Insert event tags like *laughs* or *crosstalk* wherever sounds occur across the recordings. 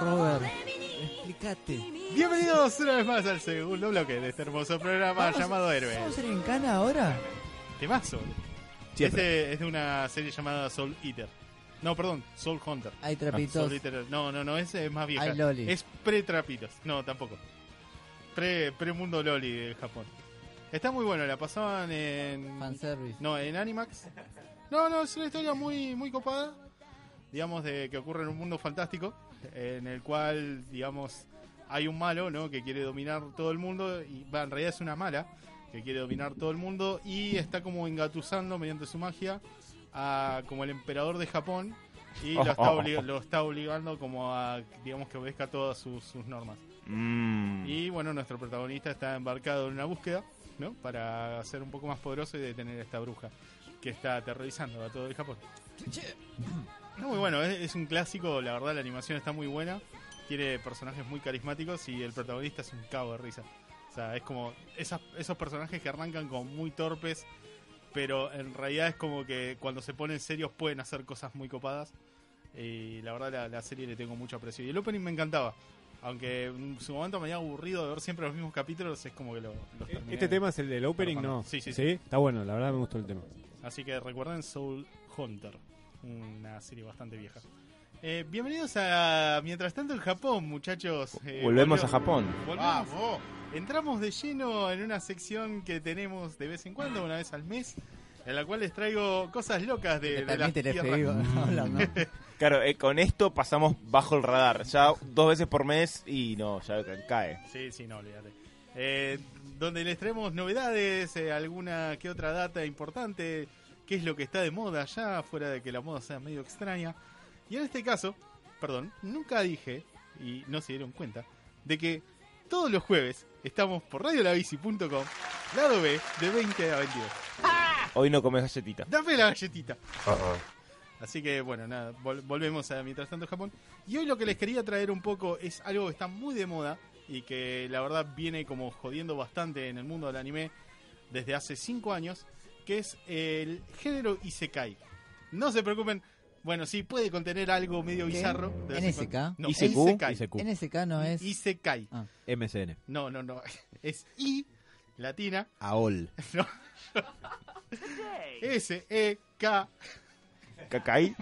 Robert? Explícate. Bienvenidos una vez más al segundo bloque de este hermoso programa Vamos- llamado Héroe. ¿Vamos a ir en cana ahora? Temazo. Siempre. Este es de una serie llamada Soul Eater. No, perdón, Soul Hunter. Ah, Hay Soul trapitos. Eater. No, no, no, ese es más vieja. Ay, Loli. Es pre-trapitos. No, tampoco. Pre- Pre-mundo Loli de Japón. Está muy bueno, la pasaban en. Fanservice. No, en Animax. No, no, es una historia muy, muy copada. Digamos, de que ocurre en un mundo fantástico. En el cual, digamos, hay un malo, ¿no? Que quiere dominar todo el mundo. Y, va, en realidad es una mala. Que quiere dominar todo el mundo. Y está como engatusando mediante su magia. A, como el emperador de Japón. Y lo está, obli- lo está obligando como a, digamos, que obedezca todas sus- sus normas. Mm. Y bueno, nuestro protagonista está embarcado en una búsqueda, ¿no? Para ser un poco más poderoso y detener a esta bruja que está aterrorizando a todo el Japón. Está muy bueno, es, es un clásico, la verdad la animación está muy buena, tiene personajes muy carismáticos y el protagonista es un cabo de risa. O sea, es como esas- esos personajes que arrancan como muy torpes, pero en realidad es como que cuando se ponen serios pueden hacer cosas muy copadas. Y la verdad la, la serie le tengo mucho aprecio. Y el opening me encantaba. Aunque en su momento me había aburrido de ver siempre los mismos capítulos, es como que lo, los terminé. Este tema es el del opening, Perdón. ¿no? Sí, sí, Está bueno, la verdad me gustó el tema. Así que recuerden Soul Hunter, una serie bastante vieja. Eh, bienvenidos a Mientras tanto en Japón, muchachos. Eh, Volvemos volvió- a Japón. Volvemos. Entramos de lleno en una sección que tenemos de vez en cuando, una vez al mes, en la cual les traigo cosas locas de, de las También te le tierras. pego. Hola, *laughs* *laughs* no. Claro, eh, con esto pasamos bajo el radar. Ya dos veces por mes y no, ya ca- cae. Sí, sí, no, olvídate. Eh, donde les traemos novedades, eh, alguna que otra data importante, qué es lo que está de moda ya, fuera de que la moda sea medio extraña. Y en este caso, perdón, nunca dije, y no se dieron cuenta, de que todos los jueves estamos por radiolabici.com, lado B, de 20 a 22. Hoy no comes galletita. Dame la galletita. Así que bueno, nada, vol- volvemos a Mientras tanto Japón. Y hoy lo que les quería traer un poco es algo que está muy de moda y que la verdad viene como jodiendo bastante en el mundo del anime desde hace 5 años, que es el género Isekai. No se preocupen, bueno, sí, puede contener algo medio ¿Qué? bizarro. de vez en ¿NSK? cuando. No, ¿ICQ? Isekai. ICQ. NSK no es. Isekai. MCN. No, no, *laughs* no. Es I latina *laughs* AOL. S E K ¿Cacay?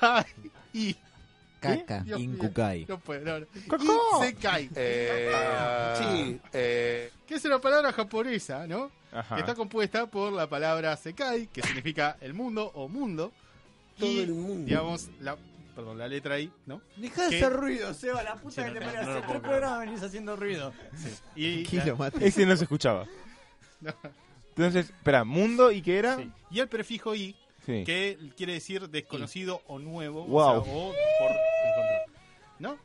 A I. Caca. Dios mío, Incukai. No puede, no, no. ¡Cocó! Isekai. Eh, sí, eh, que es una palabra japonesa, ¿no? Ajá. Ah. Que está compuesta por la palabra sekai, que significa el mundo o mundo. todo y, el mundo. digamos, la, perdón, la letra I, ¿¿no? Deja de ¿Qué? hacer ruido, Seba, la puta Sí, que te no, no, parió. no lo Hace puedo tres creer. programas venís haciendo ruido. Y, Kilo, la- mate. Ese no se escuchaba. No. Entonces, espera, ¿mundo y qué era? sí. y el prefijo I, Sí. que quiere decir desconocido o nuevo, o Wow. sea, o por encontrar, ¿no?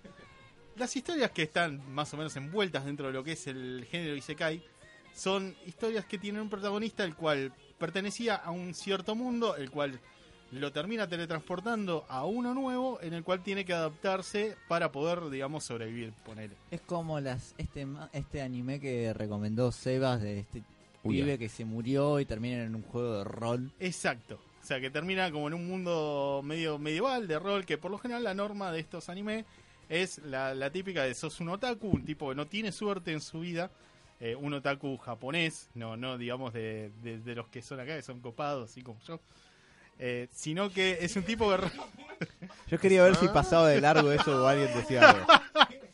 Las historias que están más o menos envueltas dentro de lo que es el género Isekai son historias que tienen un protagonista el cual pertenecía a un cierto mundo, el cual lo termina teletransportando a uno nuevo, en el cual tiene que adaptarse para poder, digamos, sobrevivir, ponele. Es como las este ma- este anime que recomendó Sebas de este Uy, ah. pibe que se murió y termina en un juego de rol. Exacto. O sea, que termina como en un mundo medio medieval de rol, que por lo general la norma de estos anime es la, la típica de sos un otaku, un tipo que no tiene suerte en su vida, eh, un otaku japonés, no, no digamos de, de- de los que son acá, que son copados, así como yo, eh, sino que es un tipo que... Ah. *laughs* Yo quería ver si pasaba de largo eso o alguien decía algo. *laughs*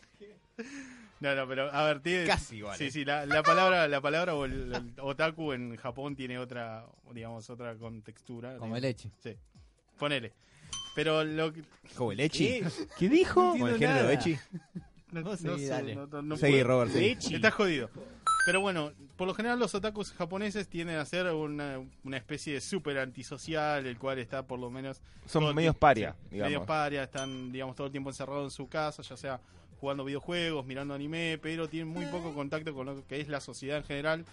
No, no, pero a ver, tiene- Casi igual. Sí, sí, la, la palabra, la palabra o el, el otaku en Japón tiene otra, digamos, otra contextura. Como el digamos. leche. Sí, ponele. Pero lo que... Como el Echi. ¿Qué dijo? Como el género Echi. no, no Seguí, sé, dale. no- no- no Seguí, puedo. Robert, seguí. Lechi. Estás jodido. Pero bueno, por lo general los otakus japoneses tienden a ser una, una especie de súper antisocial, el cual está por lo menos... Son todo el medios tiempo- paria, sí, digamos. Medios paria, están, digamos, todo el tiempo encerrados en su casa, ya sea jugando videojuegos, mirando anime, pero tienen muy poco contacto con lo que es la sociedad en general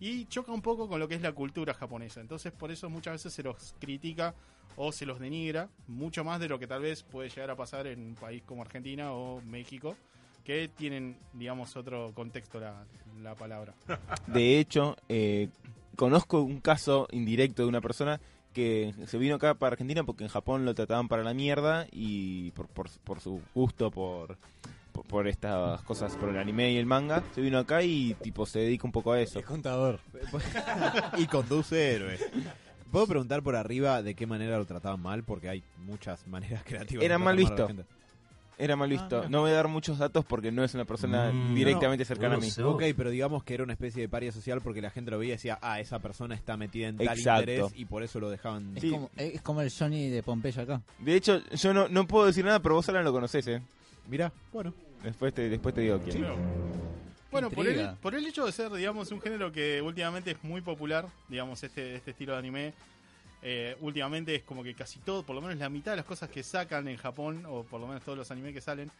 y choca un poco con lo que es la cultura japonesa. Entonces, por eso muchas veces se los critica o se los denigra, mucho más de lo que tal vez puede llegar a pasar en un país como Argentina o México, que tienen, digamos, otro contexto la, la palabra. De hecho, eh, conozco un caso indirecto de una persona que se vino acá para Argentina porque en Japón lo trataban para la mierda y por, por, por su gusto por, por, por estas cosas, por el anime y el manga, se vino acá y tipo se dedica un poco a eso. Es contador. y conduce héroes. ¿Puedo preguntar por arriba de qué manera lo trataban mal? Porque hay muchas *laughs* maneras creativas. de Era tratar mal a la visto. gente. Era mal visto. no voy a dar muchos datos porque no es una persona Mm. directamente cercana a mí. Ok, pero digamos que era una especie de paria social porque la gente lo veía y decía, ah, esa persona está metida en tal Exacto. interés y por eso lo dejaban. Es, Sí. como, es como el Johnny de Pompeya acá. De hecho, yo no, no puedo decir nada, pero vos Alan lo conocés, ¿eh? Mirá, bueno. Después te, después te digo quién. Pero- Bueno, por el, intriga. por el hecho de ser, digamos, un género que últimamente es muy popular, digamos, este, este estilo de anime, eh, últimamente es como que casi todo, por lo menos la mitad de las cosas que sacan en Japón, o por lo menos todos los animes que salen,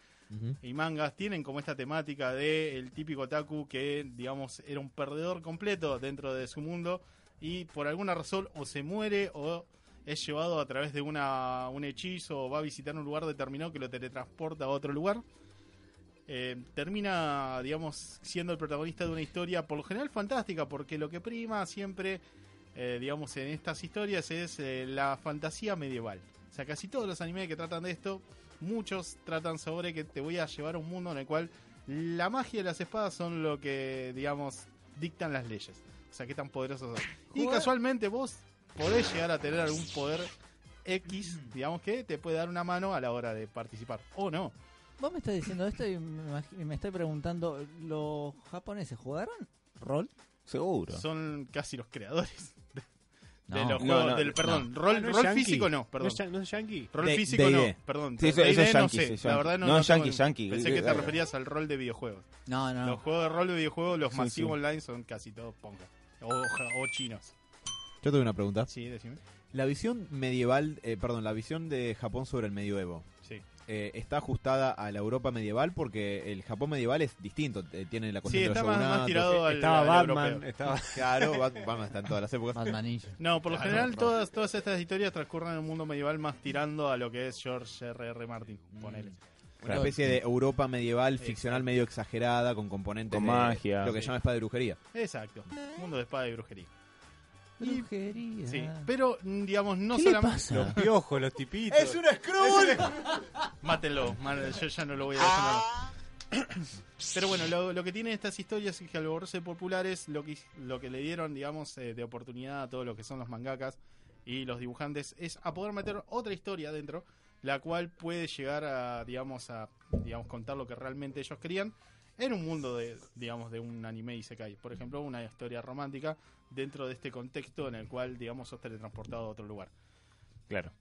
y mangas tienen como esta temática de el típico otaku que digamos era un perdedor completo dentro de su mundo y por alguna razón o se muere o es llevado a través de una, un hechizo o va a visitar un lugar determinado que lo teletransporta a otro lugar. Eh, termina, digamos, siendo el protagonista de una historia por lo general fantástica, porque lo que prima siempre, eh, digamos, en estas historias es eh, la fantasía medieval. O sea, casi todos los animes que tratan de esto muchos tratan sobre que te voy a llevar a un mundo en el cual la magia y las espadas son lo que, digamos, dictan las leyes. O sea, qué tan poderosos son. Y casualmente vos podés llegar a tener algún poder X, digamos que te puede dar una mano a la hora de participar. O no. Vos me estás diciendo esto y me, imagi- me estoy preguntando, ¿los japoneses jugaron rol? Seguro. Son casi los creadores de No. los No, juegos. no, del, no. perdón, rol, Ah, no es rol yankee. físico no, No perdón. es, ya- no es yankee. Rol De- físico de- no, perdón. Sí, eso- eso es D&D no yankee, sé, sí, es la yankee. verdad no No, no es tengo- yankee, yankee. Pensé que te Eh, referías al rol de videojuegos. No, no. Los juegos de rol de videojuegos, los Sí, masivos sí. online son casi todos ponga. O, o chinos. Yo tengo una pregunta. Sí, decime. La visión medieval, eh, perdón, la visión de Japón sobre el medioevo, Sí. eh, ¿está ajustada a la Europa medieval? Porque el Japón medieval es distinto, eh, tiene la Sí, cuestión de está los más, más shogunatos. eh, tirado al, eh, Estaba al Batman, europeo. *laughs* *laughs* estaba... Claro, Bat- Batman está en todas las épocas. Batmanillo. No, por lo Claro, general no. todas, todas estas historias transcurren en un mundo medieval más tirando a lo que es George R.R. Martin, ponele. Una especie de Europa medieval, ficcional medio exagerada, con componentes Con de magia. lo que Sí. llama espada de brujería. Exacto. Mundo de espada y brujería. Y- Brujería. Sí, pero mm, digamos no Ah. ¿Qué le solamente Los pasa? piojos, los tipitos. Mátenlo, man, yo ya no lo voy a defender. Pero bueno, lo, lo que tienen estas historias es que al volverse populares, lo que, lo que le dieron, digamos, eh, de oportunidad a todo lo que son los mangakas y los dibujantes es a poder meter otra historia dentro, la cual puede llegar a, digamos, a digamos, contar lo que realmente ellos querían en un mundo de, digamos, de un anime y isekai. Por ejemplo, una historia romántica dentro de este contexto en el cual, digamos, sos teletransportado a otro lugar. Claro.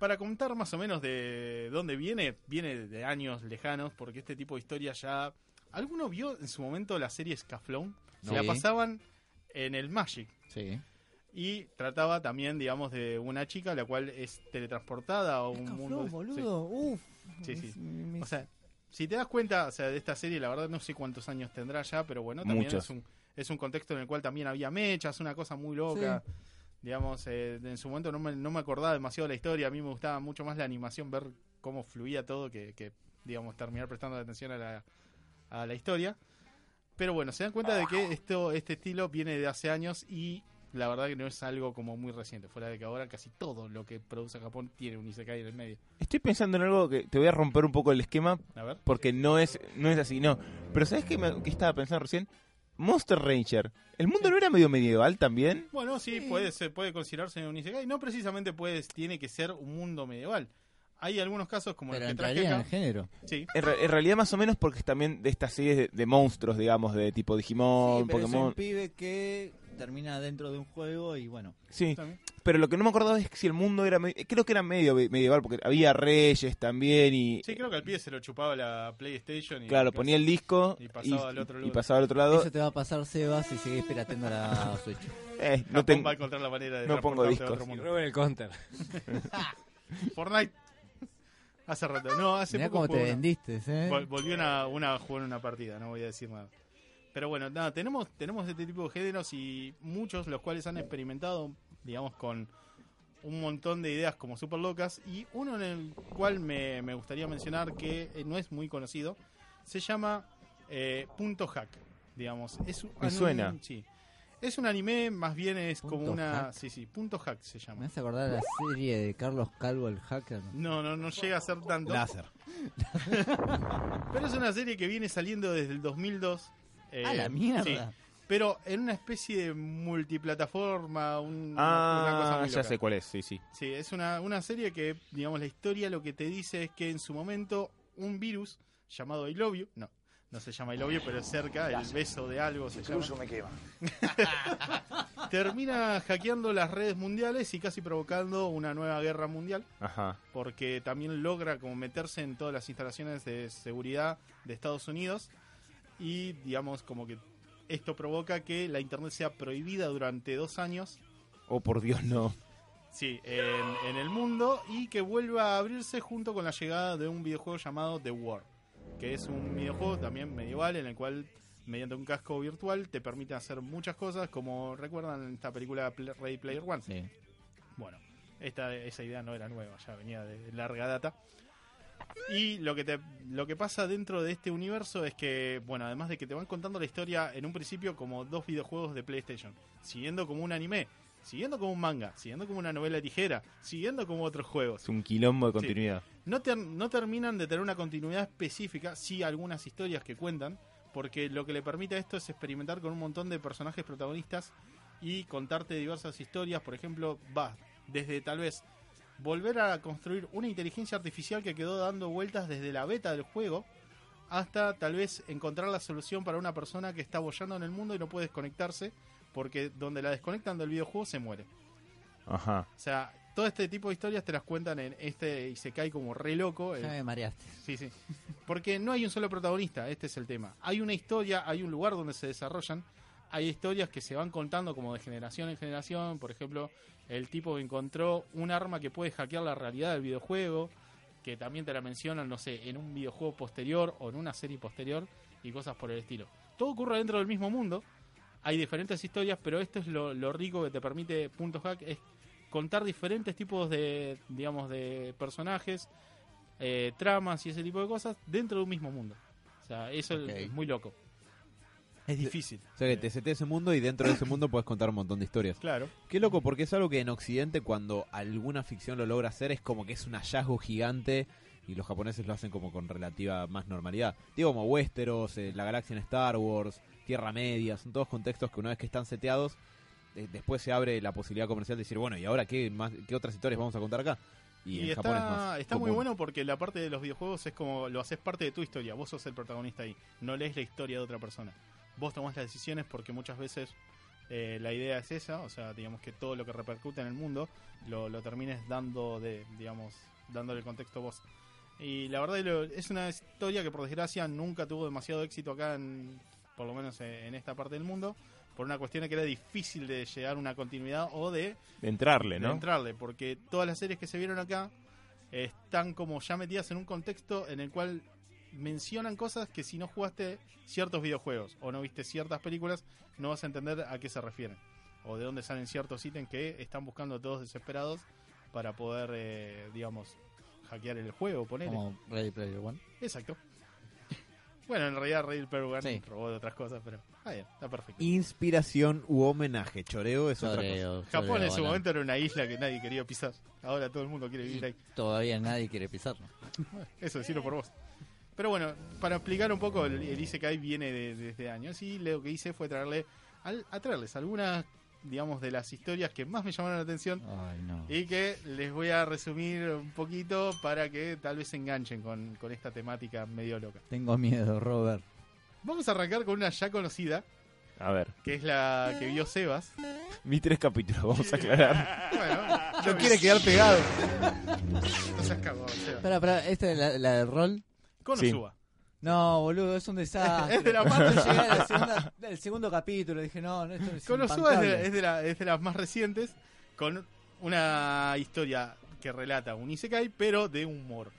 Para contar más o menos de dónde viene, viene de años lejanos, porque este tipo de historia ya. ¿Alguno vio en su momento la serie Scaflón? No. La Sí. pasaban en el Magic. Sí. Y trataba también, digamos, de una chica la cual es teletransportada a un Escaflón, mundo. sí. boludo. Uf. Sí, sí. Me- me- O sea, si te das cuenta, o sea, de esta serie, la verdad no sé cuántos años tendrá ya, pero bueno, también Muchos. es un, es un contexto en el cual también había mechas, una cosa muy loca. Digamos, eh, en su momento no me, no me acordaba demasiado de la historia, a mí me gustaba mucho más la animación, ver cómo fluía todo, que, que, digamos, terminar prestando atención a la, a la historia. Pero bueno, se dan cuenta de que esto, este estilo viene de hace años y la verdad que no es algo como muy reciente, fuera de que ahora casi todo lo que produce Japón tiene un Isekai en el medio. Estoy pensando en algo que te voy a romper un poco el esquema A ver. porque no es, no es así, no. Pero ¿sabes qué, me- qué estaba pensando recién? Monster Ranger. ¿El mundo no era medio medieval también? Bueno, sí, puede, ser- puede considerarse un Isekai. No precisamente puedes, tiene que ser un mundo medieval. Hay algunos casos como Pero los que en traje realidad en acá. el género. Sí, En, re- en realidad más o menos porque es también de estas series de, de monstruos, digamos, de tipo Sí, Digimon, pero es Pokémon. un pibe que termina dentro de un juego y bueno. Sí, también. pero lo que no me acordaba es que si el mundo era... me- Creo que era medio me- medieval porque había reyes también y... Sí, creo que al pibe se lo chupaba la PlayStation. Y Claro, ponía el disco Y pasaba al otro y lugar. pasaba al otro lado. Eso te va a pasar, Seba, si seguís pirateando *laughs* la Switch. Eh, no no tengo... va a encontrar la manera de no pongo transportarte discos. a otro Y mundo. roben el counter. Fortnite. *laughs* Hace rato. No, hace Mirá poco cómo te jugué una- vendiste, ¿eh? vol- volvió una, una a jugar una partida, no voy a decir nada. Pero bueno, nada, tenemos, tenemos este tipo de géneros y muchos los cuales han experimentado, digamos, con un montón de ideas como súper locas. Y uno en el cual me, me gustaría mencionar que eh, no es muy conocido, se llama eh, Punto Hack, digamos. Es un, Me suena. sí. Es un anime, más bien es como Punto una... Hack. Sí, sí, Punto Hack se Me llama. hace acordar la serie de Carlos Calvo, el hacker. No, no, no llega a ser tanto. Láser. Pero es una serie que viene saliendo desde el 2002. eh, ¡A la mierda! sí. pero en una especie de multiplataforma, un- una cosa Ah, muy ya loca. sé cuál es, sí, sí. Sí, es una, una serie que, digamos, la historia lo que te dice es que en su momento un virus llamado I Love You, no, no se llama I Love You, pero es cerca, el beso de algo se llama, Incluso me quema. *laughs* termina hackeando las redes mundiales y casi provocando una nueva guerra mundial, Ajá. porque también logra como meterse en todas las instalaciones de seguridad de Estados Unidos y, digamos, como que esto provoca que la internet sea prohibida durante dos años Oh, por Dios, no. Sí, en, en el mundo y que vuelva a abrirse junto con la llegada de un videojuego llamado The War, que es un videojuego también medieval en el cual mediante un casco virtual te permite hacer muchas cosas, como recuerdan esta película Pl- Ready Player One. Sí. Bueno, esta, esa idea no era nueva, ya venía de larga data. Y lo que, te, lo que pasa dentro de este universo es que, bueno, además de que te van contando la historia en un principio como dos videojuegos de PlayStation, siguiendo como un anime, siguiendo como un manga, siguiendo como una novela ligera, siguiendo como otros juegos. Es un quilombo de continuidad. No, ter- no terminan de tener una continuidad específica, sí algunas historias que cuentan, porque lo que le permite a esto es experimentar con un montón de personajes protagonistas y contarte diversas historias, por ejemplo, va desde tal vez volver a construir una inteligencia artificial que quedó dando vueltas desde la beta del juego hasta tal vez encontrar la solución para una persona que está bollando en el mundo y no puede desconectarse porque donde la desconectan del videojuego se muere. Ajá. O sea, todo este tipo de historias te las cuentan en este y se cae como re loco. el- Ya me mareaste. Sí, sí. Porque no hay un solo protagonista, este es el tema. Hay una historia, hay un lugar donde se desarrollan. Hay historias que se van contando como de generación en generación. Por ejemplo, el tipo que encontró un arma que puede hackear la realidad del videojuego. Que también te la mencionan, no sé, en un videojuego posterior o en una serie posterior y cosas por el estilo. Todo ocurre dentro del mismo mundo. Hay diferentes historias, pero esto es lo, lo rico que te permite Punto Hack, es contar diferentes tipos de, digamos, de personajes, eh, tramas y ese tipo de cosas dentro de un mismo mundo. O sea, eso es- Ok. es muy loco. Es difícil. O sea que te seteas ese mundo y dentro de ese mundo puedes contar un montón de historias. Claro. Qué loco, porque es algo que en Occidente cuando alguna ficción lo logra hacer es como que es un hallazgo gigante y los japoneses lo hacen como con relativa más normalidad. Digo como Westeros, eh, la galaxia en Star Wars, Tierra Media, son todos contextos que una vez que están seteados, eh, después se abre la posibilidad comercial de decir, bueno, ¿y ahora qué, más, qué otras historias vamos a contar acá? Y, Y, en está, Japón es más está muy común. bueno porque la parte de los videojuegos es como lo haces parte de tu historia. Vos sos el protagonista ahí. No lees la historia de otra persona. Vos tomás las decisiones porque muchas veces eh, la idea es esa. O sea, digamos que todo lo que repercute en el mundo lo, lo termines dando de, digamos, dándole contexto vos. Y la verdad lo- es una historia que por desgracia nunca tuvo demasiado éxito acá, en, por lo menos en, en esta parte del mundo, por una cuestión de que era difícil de llegar a una continuidad o de De entrarle, de ¿no? entrarle, porque todas las series que se vieron acá están como ya metidas en un contexto en el cual mencionan cosas que si no jugaste ciertos videojuegos o no viste ciertas películas, no vas a entender a qué se refieren o de dónde salen ciertos ítems que están buscando todos desesperados para poder, eh, digamos, hackear el juego, poner. Como Ready Player One. Exacto. *laughs* Bueno, en realidad Rail Perugán Sí. robó de otras cosas, pero ah, bien, está perfecto. Inspiración u homenaje, choreo es otra cosa. Choreo, choreo, Japón en su Alan. momento era una isla que nadie quería pisar. Ahora todo el mundo quiere vivir ahí. Todavía nadie quiere pisarlo. Eso, decirlo por vos. Pero bueno, para explicar un poco, este el, el Isekai viene de- desde años y lo que hice fue traerle al, a traerles algunas digamos, de las historias que más me llamaron la atención Ay, no. y que les voy a resumir un poquito para que tal vez se enganchen con, con esta temática medio loca. Tengo miedo, Robert. Vamos a arrancar con una ya conocida, A ver, que es la que vio Sebas. vi tres capítulos, *laughs* vamos a aclarar. Bueno, No quiere quedar pegado. *laughs* no seas cagón, Sebas. Espera, espera, ¿esta es la, la del rol? Konosuba. No, boludo, es un desastre. Es de la parte- parte llegué a la segunda- al segundo capítulo. Dije, no, no, esto es Konosuba es de, impantable. es de la- es de las más recientes, con una historia que relata un Isekai, pero de humor.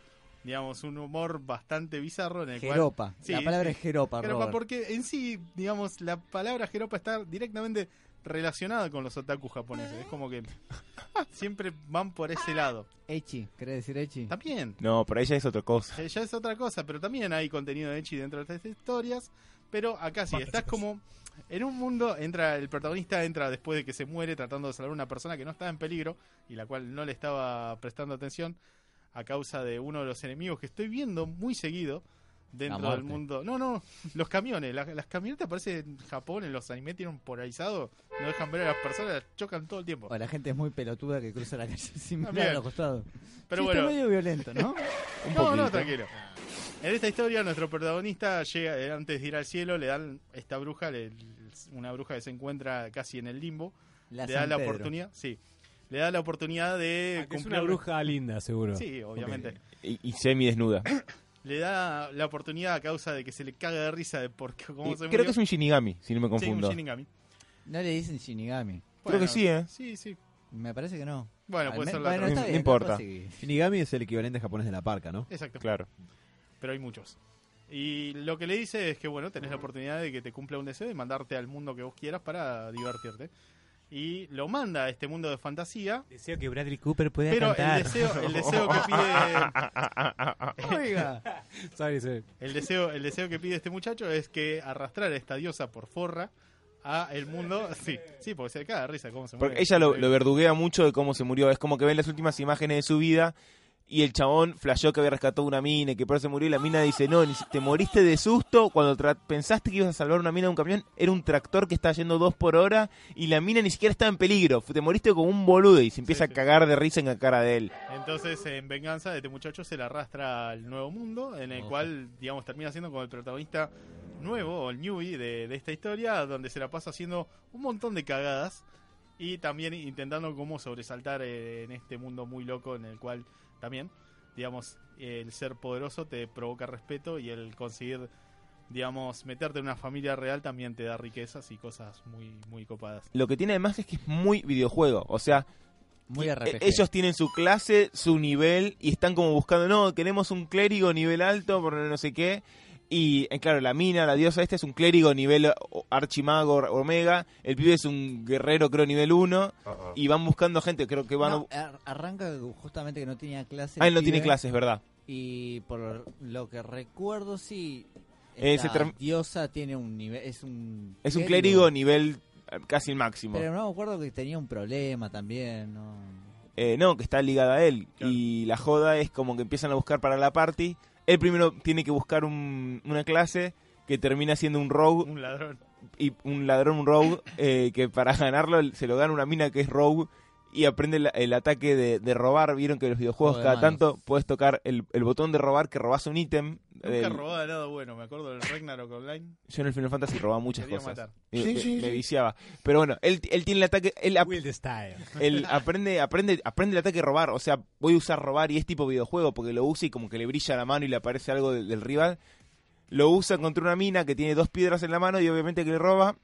Digamos, un humor bastante bizarro en el cual Jeropa. Sí, la palabra sí. es jeropa, Jeropa, Robert. porque en sí, digamos, la palabra jeropa está directamente relacionada con los otaku japoneses. Es como que siempre van por ese lado. Echi, ¿querés decir Echi? También, No, para ella es otra cosa. eh, ya es otra cosa, pero también hay contenido ecchi dentro de estas historias. Pero acá sí, estás como en un mundo, entra el protagonista entra después de que se muere tratando de salvar a una persona que no estaba en peligro y la cual no le estaba prestando atención a causa de uno de los enemigos que estoy viendo muy seguido La dentro muerte. del mundo. No, no, los camiones, la- las camionetas parece en Japón, en los anime tienen un polarizado, no dejan ver a las personas, las chocan todo el tiempo. O la gente es muy pelotuda que cruza *laughs* la calle sin mirar También. a los costados. Pero Sí, bueno, Está medio violento, *laughs* ¿no? Un no, poquito. no, tranquilo. En esta historia, nuestro protagonista llega, eh, antes de ir al cielo, le dan esta bruja, le- una bruja que se encuentra casi en el limbo, La le da San la Pedro. oportunidad, sí, le da la oportunidad de Ah, que es cumplir. una bruja linda, seguro. Sí, obviamente. Y, y semi desnuda. Le da la oportunidad a causa de que se le caga de risa de porque cómo se Creo murió. que es un Shinigami, si no me Sí, un confundo. Shinigami. No le dicen Shinigami. Creo que sí, ¿eh? Sí, sí. Me parece que no. Bueno, Al puede men- ser la bueno, otra. está No bien, importa. capaz sí. Shinigami es el equivalente japonés de la parca, ¿no? Exacto. Claro. pero hay muchos. Y lo que le dice es que, bueno, tenés la oportunidad de que te cumpla un deseo y mandarte al mundo que vos quieras para divertirte. Y lo manda a este mundo de fantasía, Deseo que Bradley Cooper *laughs* pueda pero el cantar. deseo, el deseo que pide, *laughs* Oiga. Sorry, sorry. el deseo, el deseo que pide este muchacho es que arrastrar a esta diosa por forra a el mundo, sí, sí, porque se caga de risa cómo se Porque mueve. ella lo, lo verduguea mucho de cómo se murió. Es como que ven las últimas imágenes de su vida y el chabón flasheó que había rescatado una mina y que por eso se murió. Y la mina dice: No, ni si- te moriste de susto cuando tra- pensaste que ibas a salvar una mina de un camión. Era un tractor que estaba yendo dos por hora y la mina ni siquiera estaba en peligro. Te moriste como un boludo y se empieza sí. a cagar de risa en la cara de él. Entonces, en venganza de este muchacho, se la arrastra al nuevo mundo, en el Ojo. cual, digamos, termina siendo como el protagonista nuevo, o el newbie de, de esta historia, donde se la pasa haciendo un montón de cagadas y también intentando como sobresaltar eh, en este mundo muy loco en el cual también, digamos, el ser poderoso te provoca respeto y el conseguir, digamos, meterte en una familia real también te da riquezas y cosas muy, muy copadas. Lo que tiene además es que es muy videojuego. O sea, *laughs* Muy E- RPG. Ellos tienen su clase, su nivel y están como buscando, no, queremos un clérigo nivel alto por no sé qué. Y eh, claro, la mina, la diosa este es un clérigo nivel o- archimago or- omega, el pibe es un guerrero creo nivel 1 y van buscando gente, creo que van... No, a- ar- arranca justamente que no tenía clase. ah, el él no tiene pibe, clase, es verdad. Y por lo que recuerdo, sí. Eh, Esta se term- diosa tiene un nivel. Es un. Es un clérigo nivel eh, casi el máximo. Pero no me acuerdo que tenía un problema también. No. Eh, no, que está ligada a él. Claro. Y la joda es como que empiezan a buscar para la party. Él primero tiene que buscar un- una clase que termina siendo un rogue Un ladrón. y un ladrón, un rogue, eh, que para ganarlo se lo gana una mina que es rogue y aprende la- el ataque de, de robar. Vieron que en los videojuegos Joder, cada manos. tanto puedes tocar el, el botón de robar que robas un ítem. Nunca del- robaba nada bueno, me acuerdo del Ragnarok Online. yo en el Final Fantasy robaba muchas Quería cosas. matar. Eh, Sí, eh, sí, me sí. viciaba. Pero bueno, él, él tiene el ataque, él, ap- Wild Style. él aprende, aprende, aprende el ataque de robar. O sea, voy a usar robar y es tipo videojuego porque lo usa y como que le brilla la mano y le aparece algo del, del rival. Lo usa contra una mina que tiene dos piedras en la mano y obviamente que le roba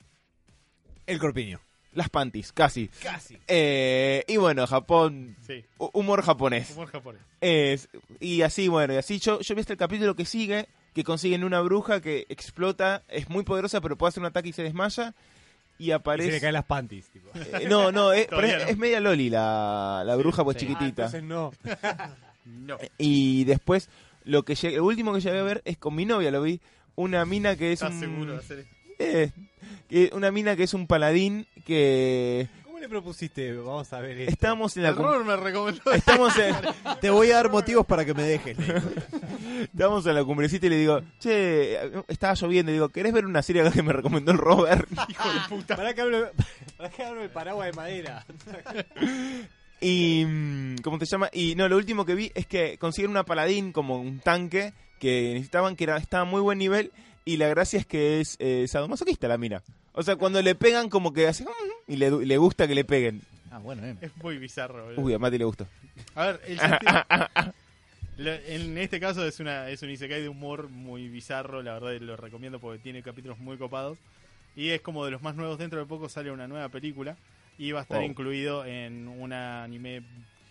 El corpiño. las panties, casi. Casi. Eh, y bueno, Japón, Sí, hu- humor japonés. humor japonés. Es, y así, bueno, y así yo, yo vi hasta el capítulo que sigue, que consiguen una bruja que explota, es muy poderosa, pero puede hacer un ataque y se desmaya. Y Y se le aparece... caen las panties. *laughs* Tipo. eh, no, no, *laughs* es, Todavía pero es- no. es media Loli la, la bruja, pues sí. Ah, chiquitita. entonces no. No. Y después, lo que llegué- lo último que llegué a ver es con mi novia, lo vi, una mina que es... ¿Estás un- seguro de hacer esto? eh, que- una mina que es un paladín que... ¿Cómo le propusiste? Vamos a ver esto. Estamos en la... El cum- Robert me recomendó. Estamos en... *laughs* Te voy a dar motivos para que me dejes. Leo. *laughs* Estábamos en la cumbrecita y le digo, che, estaba lloviendo. Y digo, ¿querés ver una serie que me recomendó el Robert? Hijo de puta. Pará que hable- Dejaron el paraguas de madera. Y. mm, ¿Cómo se llama? Y no, lo último que vi es que consiguieron una paladín como un tanque que necesitaban, que era, estaba a muy buen nivel. Y la gracia es que es eh, sadomasoquista la mina. O sea, cuando le pegan, como que hace. mm, Y le, du- le gusta que le peguen. Ah, bueno, bien. Es muy bizarro. boludo. Uy, a Mati le gustó. A ver, *laughs* el sentido- Lo- en este caso es una es un isekai de humor muy bizarro, la verdad lo recomiendo porque tiene capítulos muy copados y es como de los más nuevos, dentro de poco sale una nueva película y va a estar Wow. incluido en un anime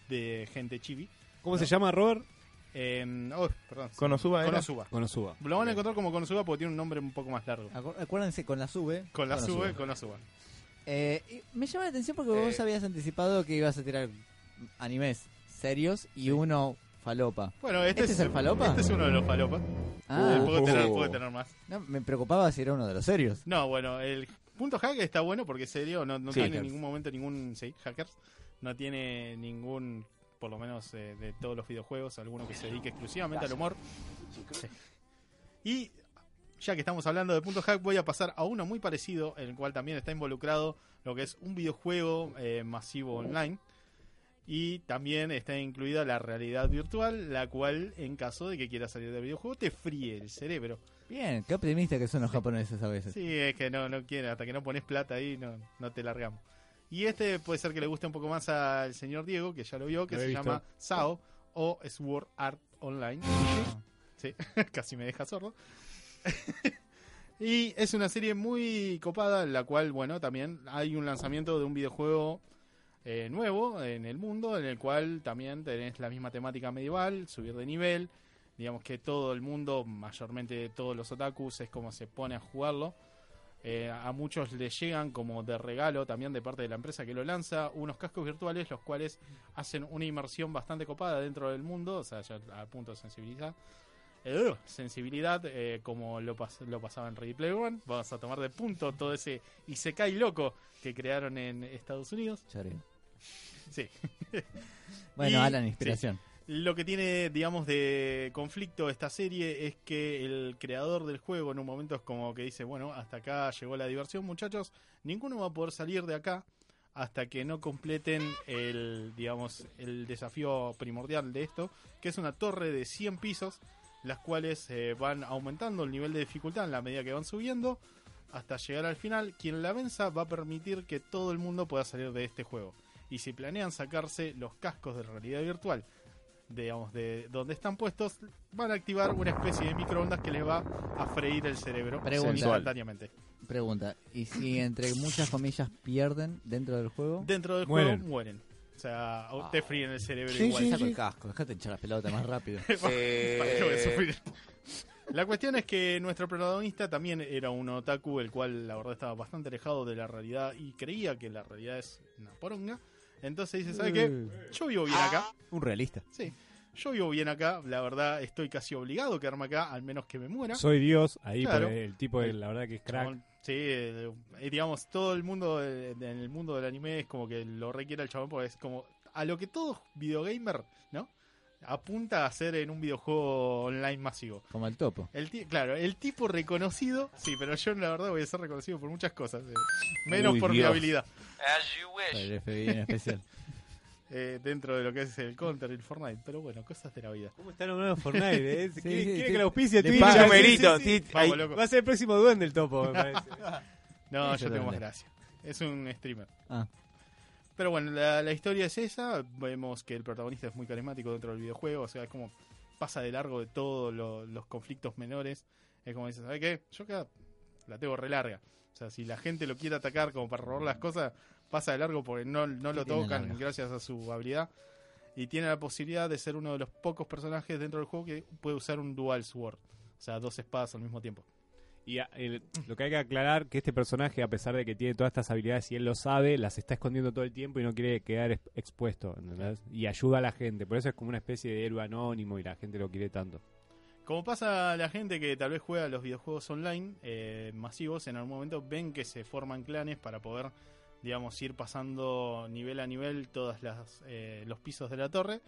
de gente chibi. ¿Cómo se llama, Robert? En- oh, perdón. Konosuba era. Konosuba. Konosuba. Lo van a encontrar como Konosuba porque tiene un nombre un poco más largo. Acu- Acuérdense, con la sube. Con la sube, Ah, Konosuba. Eh, y me llama la atención porque vos Eh. habías anticipado que ibas a tirar animes serios y uno falopa. Bueno, este, ¿Este es el falopa? Este es uno de los falopas. Ah, Eh, puedo, tener, Oh. puedo tener más. no, me preocupaba si era uno de los serios. No, bueno, el punto hack está bueno porque es serio, no, no Sí. tiene en Hackers. ningún momento ningún. Sí, hackers. No tiene ningún, por lo menos eh, de todos los videojuegos, alguno que se dedique exclusivamente al humor. Sí. Y ya que estamos hablando de punto hack, voy a pasar a uno muy parecido, en el cual también está involucrado lo que es un videojuego eh, masivo online. Y también está incluida la realidad virtual, la cual, en caso de que quieras salir del videojuego, te fríe el cerebro. Bien, qué optimista que son los japoneses a veces. Sí, es que no, no quiere, hasta que no pones plata ahí no, no te largamos. Y este puede ser que le guste un poco más al señor Diego, que ya lo vio, que Lo he se visto. llama SAO o Sword Art Online. Ah. Sí, *laughs* casi me deja sordo. *laughs* y es una serie muy copada, en la cual, bueno, también hay un lanzamiento de un videojuego eh, nuevo en el mundo, en el cual también tenés la misma temática medieval, subir de nivel. Digamos que todo el mundo, mayormente todos los otakus, es como se pone a jugarlo. Eh, a muchos les llegan como de regalo también de parte de la empresa que lo lanza unos cascos virtuales los cuales hacen una inmersión bastante copada dentro del mundo, o sea, ya a punto de sensibilidad. Eh, sensibilidad, eh, como lo, pas- lo pasaba en Ready Player One, vamos a tomar de punto todo ese Isekai loco que crearon en Estados Unidos. Choreo. Sí. Bueno, Y- Alan, inspiración. Lo que tiene, digamos, de conflicto esta serie es que el creador del juego en un momento es como que dice, bueno, hasta acá llegó la diversión, muchachos, ninguno va a poder salir de acá hasta que no completen el, digamos, el desafío primordial de esto, que es una torre de 100 pisos, las cuales eh, van aumentando el nivel de dificultad en la medida que van subiendo, hasta llegar al final, quien la venza va a permitir que todo el mundo pueda salir de este juego. Y si planean sacarse los cascos de realidad virtual digamos, de donde están puestos, van a activar una especie de microondas que les va a freír el cerebro Pregunta. instantáneamente. Pregunta, ¿y si entre muchas comillas pierden dentro del juego? Dentro del Mueren. juego mueren. O sea, o te fríen el cerebro Me *laughs* igual. saco el casco, dejate hinchar la pelota más rápido. Eh, ¿Para qué voy a sufrir? La cuestión es que nuestro protagonista también era un otaku, el cual la verdad estaba bastante alejado de la realidad y creía que la realidad es una poronga. Entonces dice, ¿sabe qué? Eh, Yo vivo bien acá. Eh. Un realista. Sí. Yo vivo bien acá. La verdad estoy casi obligado a quedarme acá, al menos que me muera. Soy Dios, ahí Claro. por el tipo, de, la verdad que es crack. Chabón, Sí, eh, eh, digamos, todo el mundo eh, en el mundo del anime es como que lo requiere el chabón porque es como a lo que todo videogamer, ¿no? Apunta a hacer en un videojuego online masivo. *laughs* Como el topo. El ti- claro, el tipo reconocido, sí, pero yo la verdad voy a ser reconocido por muchas cosas, eh, menos Uy, por Dios. mi habilidad. Para el FBI en especial. *laughs* eh, dentro de lo que es el Counter y el Fortnite, pero bueno, cosas de la vida. ¿Cómo está nombrado Fortnite? *laughs* eh? ¿Quiere, sí, quiere te- que la auspicia le Twitch? paga. Sí, sí, Numerito, sí. sí, Vamos, ahí- loco. Va a ser el próximo duende del topo, me parece. No, Eso yo tengo más también. gracia. Es un streamer. Ah. Pero bueno, la, la historia es esa. Vemos que el protagonista es muy carismático dentro del videojuego. O sea, es como pasa de largo de todos lo- los conflictos menores. Es como dice, ¿sabes qué? Yo acá la tengo re larga. O sea, si la gente lo quiere atacar como para robar las cosas, pasa de largo porque no, no lo ¿Qué tiene tocan larga? gracias a su habilidad. Y tiene la posibilidad de ser uno de los pocos personajes dentro del juego que puede usar un dual sword. O sea, dos espadas al mismo tiempo. *laughs* Y a- el- lo que hay que aclarar que este personaje, a pesar de que tiene todas estas habilidades y él lo sabe, las está escondiendo todo el tiempo y no quiere quedar ex- expuesto, ¿entendés? Y ayuda a la gente, por eso es como una especie de héroe anónimo y la gente lo quiere tanto. Como pasa a la gente que tal vez juega a los videojuegos online eh, masivos, en algún momento ven que se forman clanes para poder, digamos, ir pasando nivel a nivel todos los pisos de la torre.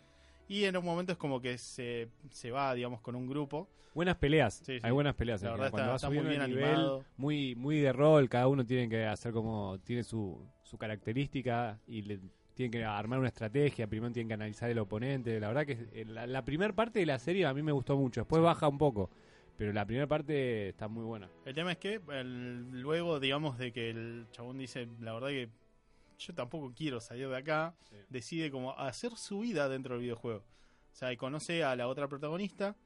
Y en un momento es como que se, se va, digamos, con un grupo. Buenas peleas, Sí, sí. hay buenas peleas. La en verdad general. Cuando está- está va muy subiendo de bien nivel, animado. muy muy de rol, cada uno tiene que hacer como tiene su, su característica y le tienen que armar una estrategia, primero tienen que analizar el oponente. La verdad que eh, la, la primera parte de la serie a mí me gustó mucho, después baja un poco, pero la primera parte está muy buena. El tema es que el- luego, digamos, de que el chabón dice, la verdad que yo tampoco quiero salir de acá, decide como hacer su vida dentro del videojuego. O sea, y conoce a la otra protagonista.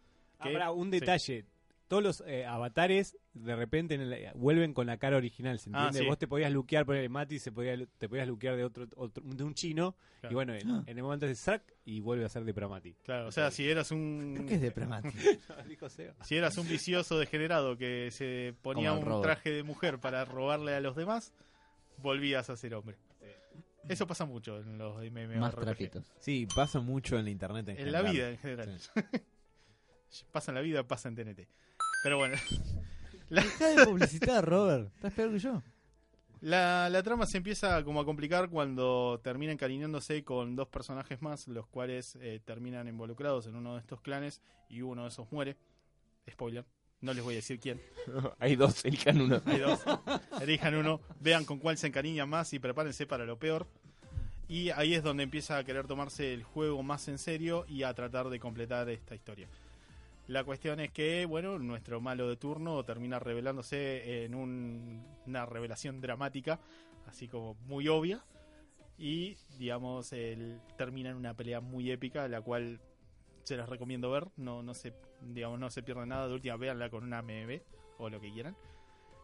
que- Habrá un sí. detalle. Todos los eh, avatares de repente en el- eh, vuelven con la cara original, ¿se Ah, entiende? sí. Vos te podías luquear por el Mati, se podía, lu- te podías luquear de otro, otro- de un chino, Claro. y bueno, en, Ah. en el momento de Zack y vuelve a ser de Pramati. Claro, o sea, si eras Creo que es un de *laughs* Pramati. Ah, si eras un vicioso degenerado que se ponía Como el un Robert. traje de mujer para robarle a los demás, volvías a ser hombre. Eso pasa mucho en los MMORPG. Más trapitos. Sí, pasa mucho en la internet en, En la general. vida en general. pasa en la vida, pasa en TNT. Pero bueno. Deja de publicitar, Robert. Estás peor que yo. La, la trama se empieza como a complicar cuando termina encariñándose con dos personajes más, los cuales eh, terminan involucrados en uno de estos clanes y uno de esos muere. Spoiler, no les voy a decir quién. Hay dos, elijan uno. *laughs* Hay dos. Elijan uno, vean con cuál se encariñan más y prepárense para lo peor. Y ahí es donde empieza a querer tomarse el juego más en serio y a tratar de completar esta historia. La cuestión es que, bueno, nuestro malo de turno termina revelándose en un- una revelación dramática, así como muy obvia. Y, digamos, él termina en una pelea muy épica, la cual se las recomiendo ver. No, no se, digamos, no se pierde nada. De última, véanla con una MB o lo que quieran.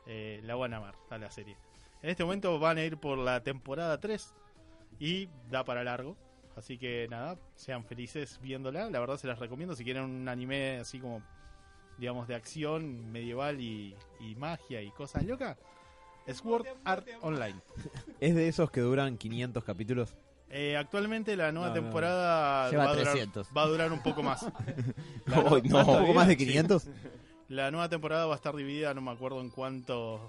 Eh, la van a amar a la serie. En este momento van a ir por la temporada 3 y da para largo. Así que nada, sean felices viéndola. La verdad se las recomiendo si quieren un anime así como, digamos, de acción medieval y, y magia y cosas locas. Sword Art Online. ¿Es de esos que duran 500 capítulos? Eh, actualmente la nueva No, no. temporada Lleva va, a durar, 300. va a durar un poco más. *laughs* Uy, no. ¿Un poco más de Sí. 500? La nueva temporada va a estar dividida, no me acuerdo en cuántos,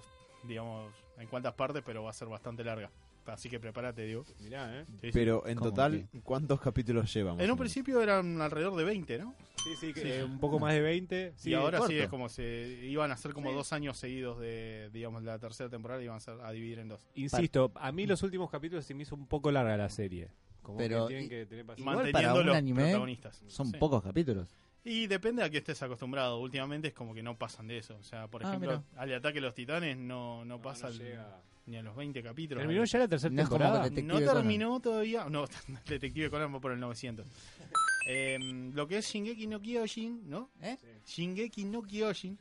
digamos, en cuántas partes, pero va a ser bastante larga. Así que prepárate, digo. Mirá, ¿eh? Sí, sí. Pero en ¿Cómo total, ¿cuántos capítulos llevamos? en un principio eran alrededor de 20, ¿no? Sí, sí, que, eh, un poco más de 20. y Sí, ahora corto. sí es como se iban a ser como dos años seguidos de, digamos, la tercera temporada iban a, ser- a dividir en dos. Insisto, a mí los últimos capítulos se me hizo un poco larga la serie. Como Pero- que tienen y- que tener paciencia. Igual para Manteniendo un los anime, protagonistas. Son Sí. pocos capítulos. Y depende a que estés acostumbrado. Últimamente es como que no pasan de eso. O sea, por Ah, ejemplo, mira. al ataque de los titanes no, no, No, pasa no al- llega. ni a los 20 capítulos. ¿Terminó ya la tercera No es como temporada? con Detective no Conan. terminó todavía. No, *laughs* Detective Conan va por el 900. Em, lo que es Shingeki no Kyojin, ¿no? ¿Eh? Shingeki no Kyojin.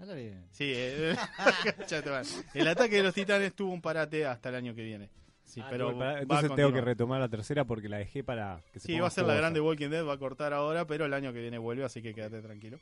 Habla bien. Sí, eh, *laughs* cállate, man. el ataque de los titanes tuvo un parate hasta el año que viene. Sí, Ah, pero tengo que parar. va a entonces tengo que continuar. retomar la tercera porque la dejé para que se Sí, ponga va a ser la jugosa. grande Walking Dead, va a cortar ahora, pero el año que viene vuelve, así que quédate tranquilo.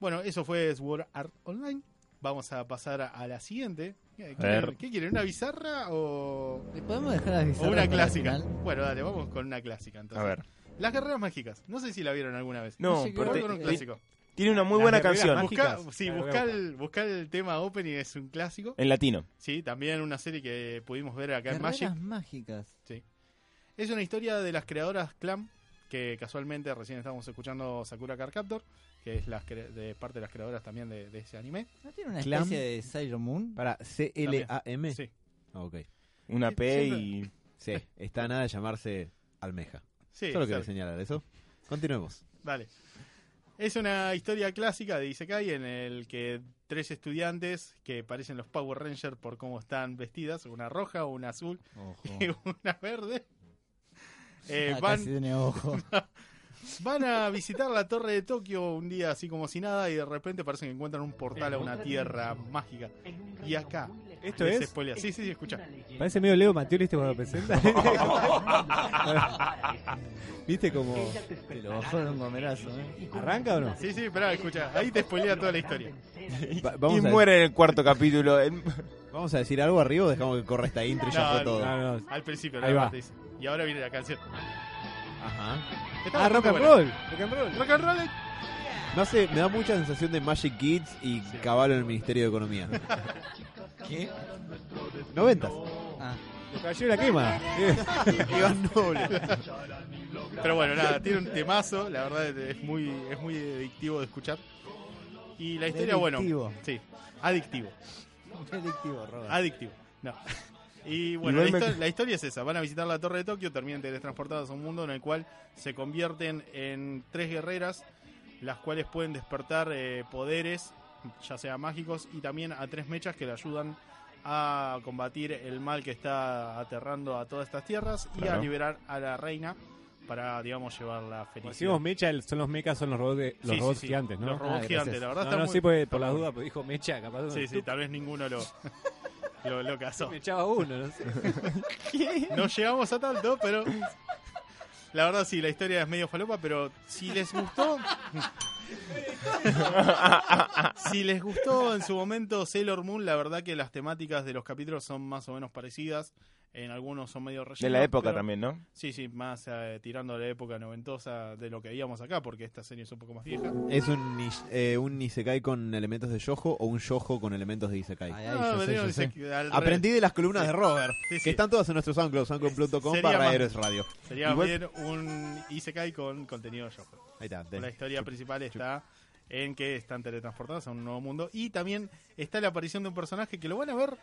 Bueno, eso fue Sword Art Online. Vamos a pasar a- a la siguiente. ¿Qué, A ver. qué- qué quieren? ¿Una bizarra o, ¿Le podemos dejar las o bizarras para una el clásica? final? Bueno, dale, vamos con una clásica entonces. A ver. Las guerreras mágicas. No sé si la vieron alguna vez. No, Sí, pero Vamos te- con un te- clásico. tiene una muy Las buena guerreras canción. mágicas. Busca, mágicas. sí, La voy a busca buscar. el, busca el tema opening, es un clásico. En latino. Sí, también una serie que pudimos ver acá en Magic. Carreras mágicas. Es una historia de las creadoras Clam, que casualmente recién estábamos escuchando Sakura Card Captor, que es las cre- de parte de las creadoras también de, de ese anime. ¿No tiene una Clam. especie de Sailor *laughs* Moon? Para C-L-A-M. Sí. Ah, ok. Una Sí, P siempre- *laughs* y. Sí, está a nada de llamarse Almeja. Sí, claro. Solo quería señalar eso. Continuemos. Dale. Es una historia clásica de Isekai en el que tres estudiantes que parecen los Power Rangers por cómo están vestidas, una roja, una azul Ojo. *laughs* y una verde, eh, Oh. Ah, van, casi tiene ojo. van a visitar la torre de Tokio un día así como si nada y de repente parece que encuentran un portal a una tierra mágica. Y acá, ¿Esto les es? spoilea. Sí, sí, sí, escucha. Parece medio Leo Mateo, ¿viste cuando lo presenta? *laughs* ¿Viste como Te lo bajó de un gomerazo, ¿eh? arranca o no? Sí, sí, espera, escucha. Ahí te spoilea toda la historia. Va- Y vamos, a muere en el cuarto capítulo. El- ¿Vamos a decir algo arriba o dejamos que corra esta intro y ya No, fue no, todo? No, no. Al principio, Ahí nada va. más te dice. Y ahora viene la canción. Ajá. Está Ah, rock bastante and buena. roll. Rock and roll. Rock and roll. eh. No sé, me da mucha sensación de Magic Kids y Caballo en el Ministerio de Economía. ¿Qué? Noventas. Ah, Los caballeros de la quema. *laughs* Iván Noble. Pero bueno, nada, tiene un temazo, la verdad es muy, es muy adictivo de escuchar. Y la historia, bueno, Delictivo. sí, adictivo, delictivo, Robert. *laughs* adictivo. No. Y bueno, la, Igual me- histo- la historia es esa. Van a visitar la torre de Tokio, terminan teletransportados a un mundo en el cual se convierten en tres guerreras, las cuales pueden despertar eh, poderes, ya sea mágicos, y también a tres mechas que le ayudan a combatir el mal que está aterrando a todas estas tierras y a Claro. liberar a la reina para, digamos, llevarla Cuando feliz. decimos mecha, el- son los mechas, son los robots, de- los Sí, robots sí, sí. gigantes, ¿no? Los robots Ah, gigantes, gracias. la verdad no, está no, muy- sí, porque por está las *laughs* muy- dudas, pues dijo mecha, capaz. Sí, sí, tal vez ninguno lo, *laughs* lo, lo cazó. Me echaba uno, no *laughs* sé. No llegamos a tanto, pero. La verdad, sí, la historia es medio falopa, pero si les gustó. si les gustó en su momento Sailor Moon, la verdad que las temáticas de los capítulos son más o menos parecidas. En algunos son medio rellenos. De la época pero- también, ¿no? Sí, sí, más eh, tirando a la época noventosa de lo que veíamos acá, porque esta serie es un poco más vieja. ¿Es un, nish- eh, un Isekai con elementos de Yojo o un Yojo con elementos de Isekai? Ay, Ah, ay, yo sé, vendríamos yo y sé. se- al Aprendí de las columnas de Robert, Sí, sí. que están todas en nuestro SoundCloud, soundcloud.com Sería barra más- Héroes Radio. revés. Sería Igual- bien un Isekai con contenido yo. Ahí está. La ten. historia principal está en que están teletransportados a un nuevo mundo y también está la aparición de un personaje que lo van a ver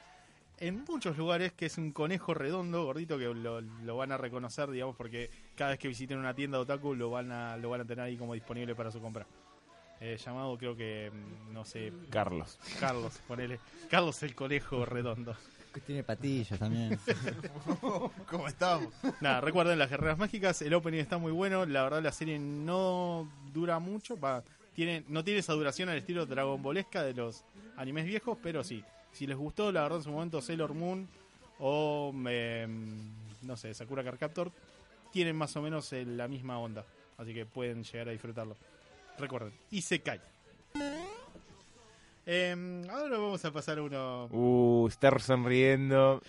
en muchos lugares, que es un conejo redondo, gordito, que lo, lo van a reconocer, digamos, porque cada vez que visiten una tienda de otaku lo van a, lo van a tener ahí como disponible para su compra. Eh, llamado creo que, mm, no sé, Carlos. Carlos, ponele. Carlos el conejo redondo. Que Tiene patillas *laughs* también. ¿Cómo estamos? Nada, recuerden las guerreras mágicas, el opening está muy bueno, la verdad la serie no dura mucho, va, tiene, no tiene esa duración al estilo Dragon Ballesca de los animes viejos, pero sí, si les gustó la verdad en su momento Sailor Moon o eh, no sé, Sakura Card Captor, tienen más o menos eh, la misma onda, así que pueden llegar a disfrutarlo. Recuerden, y se cae. Em, ahora vamos a pasar a uno Uh, estar sonriendo.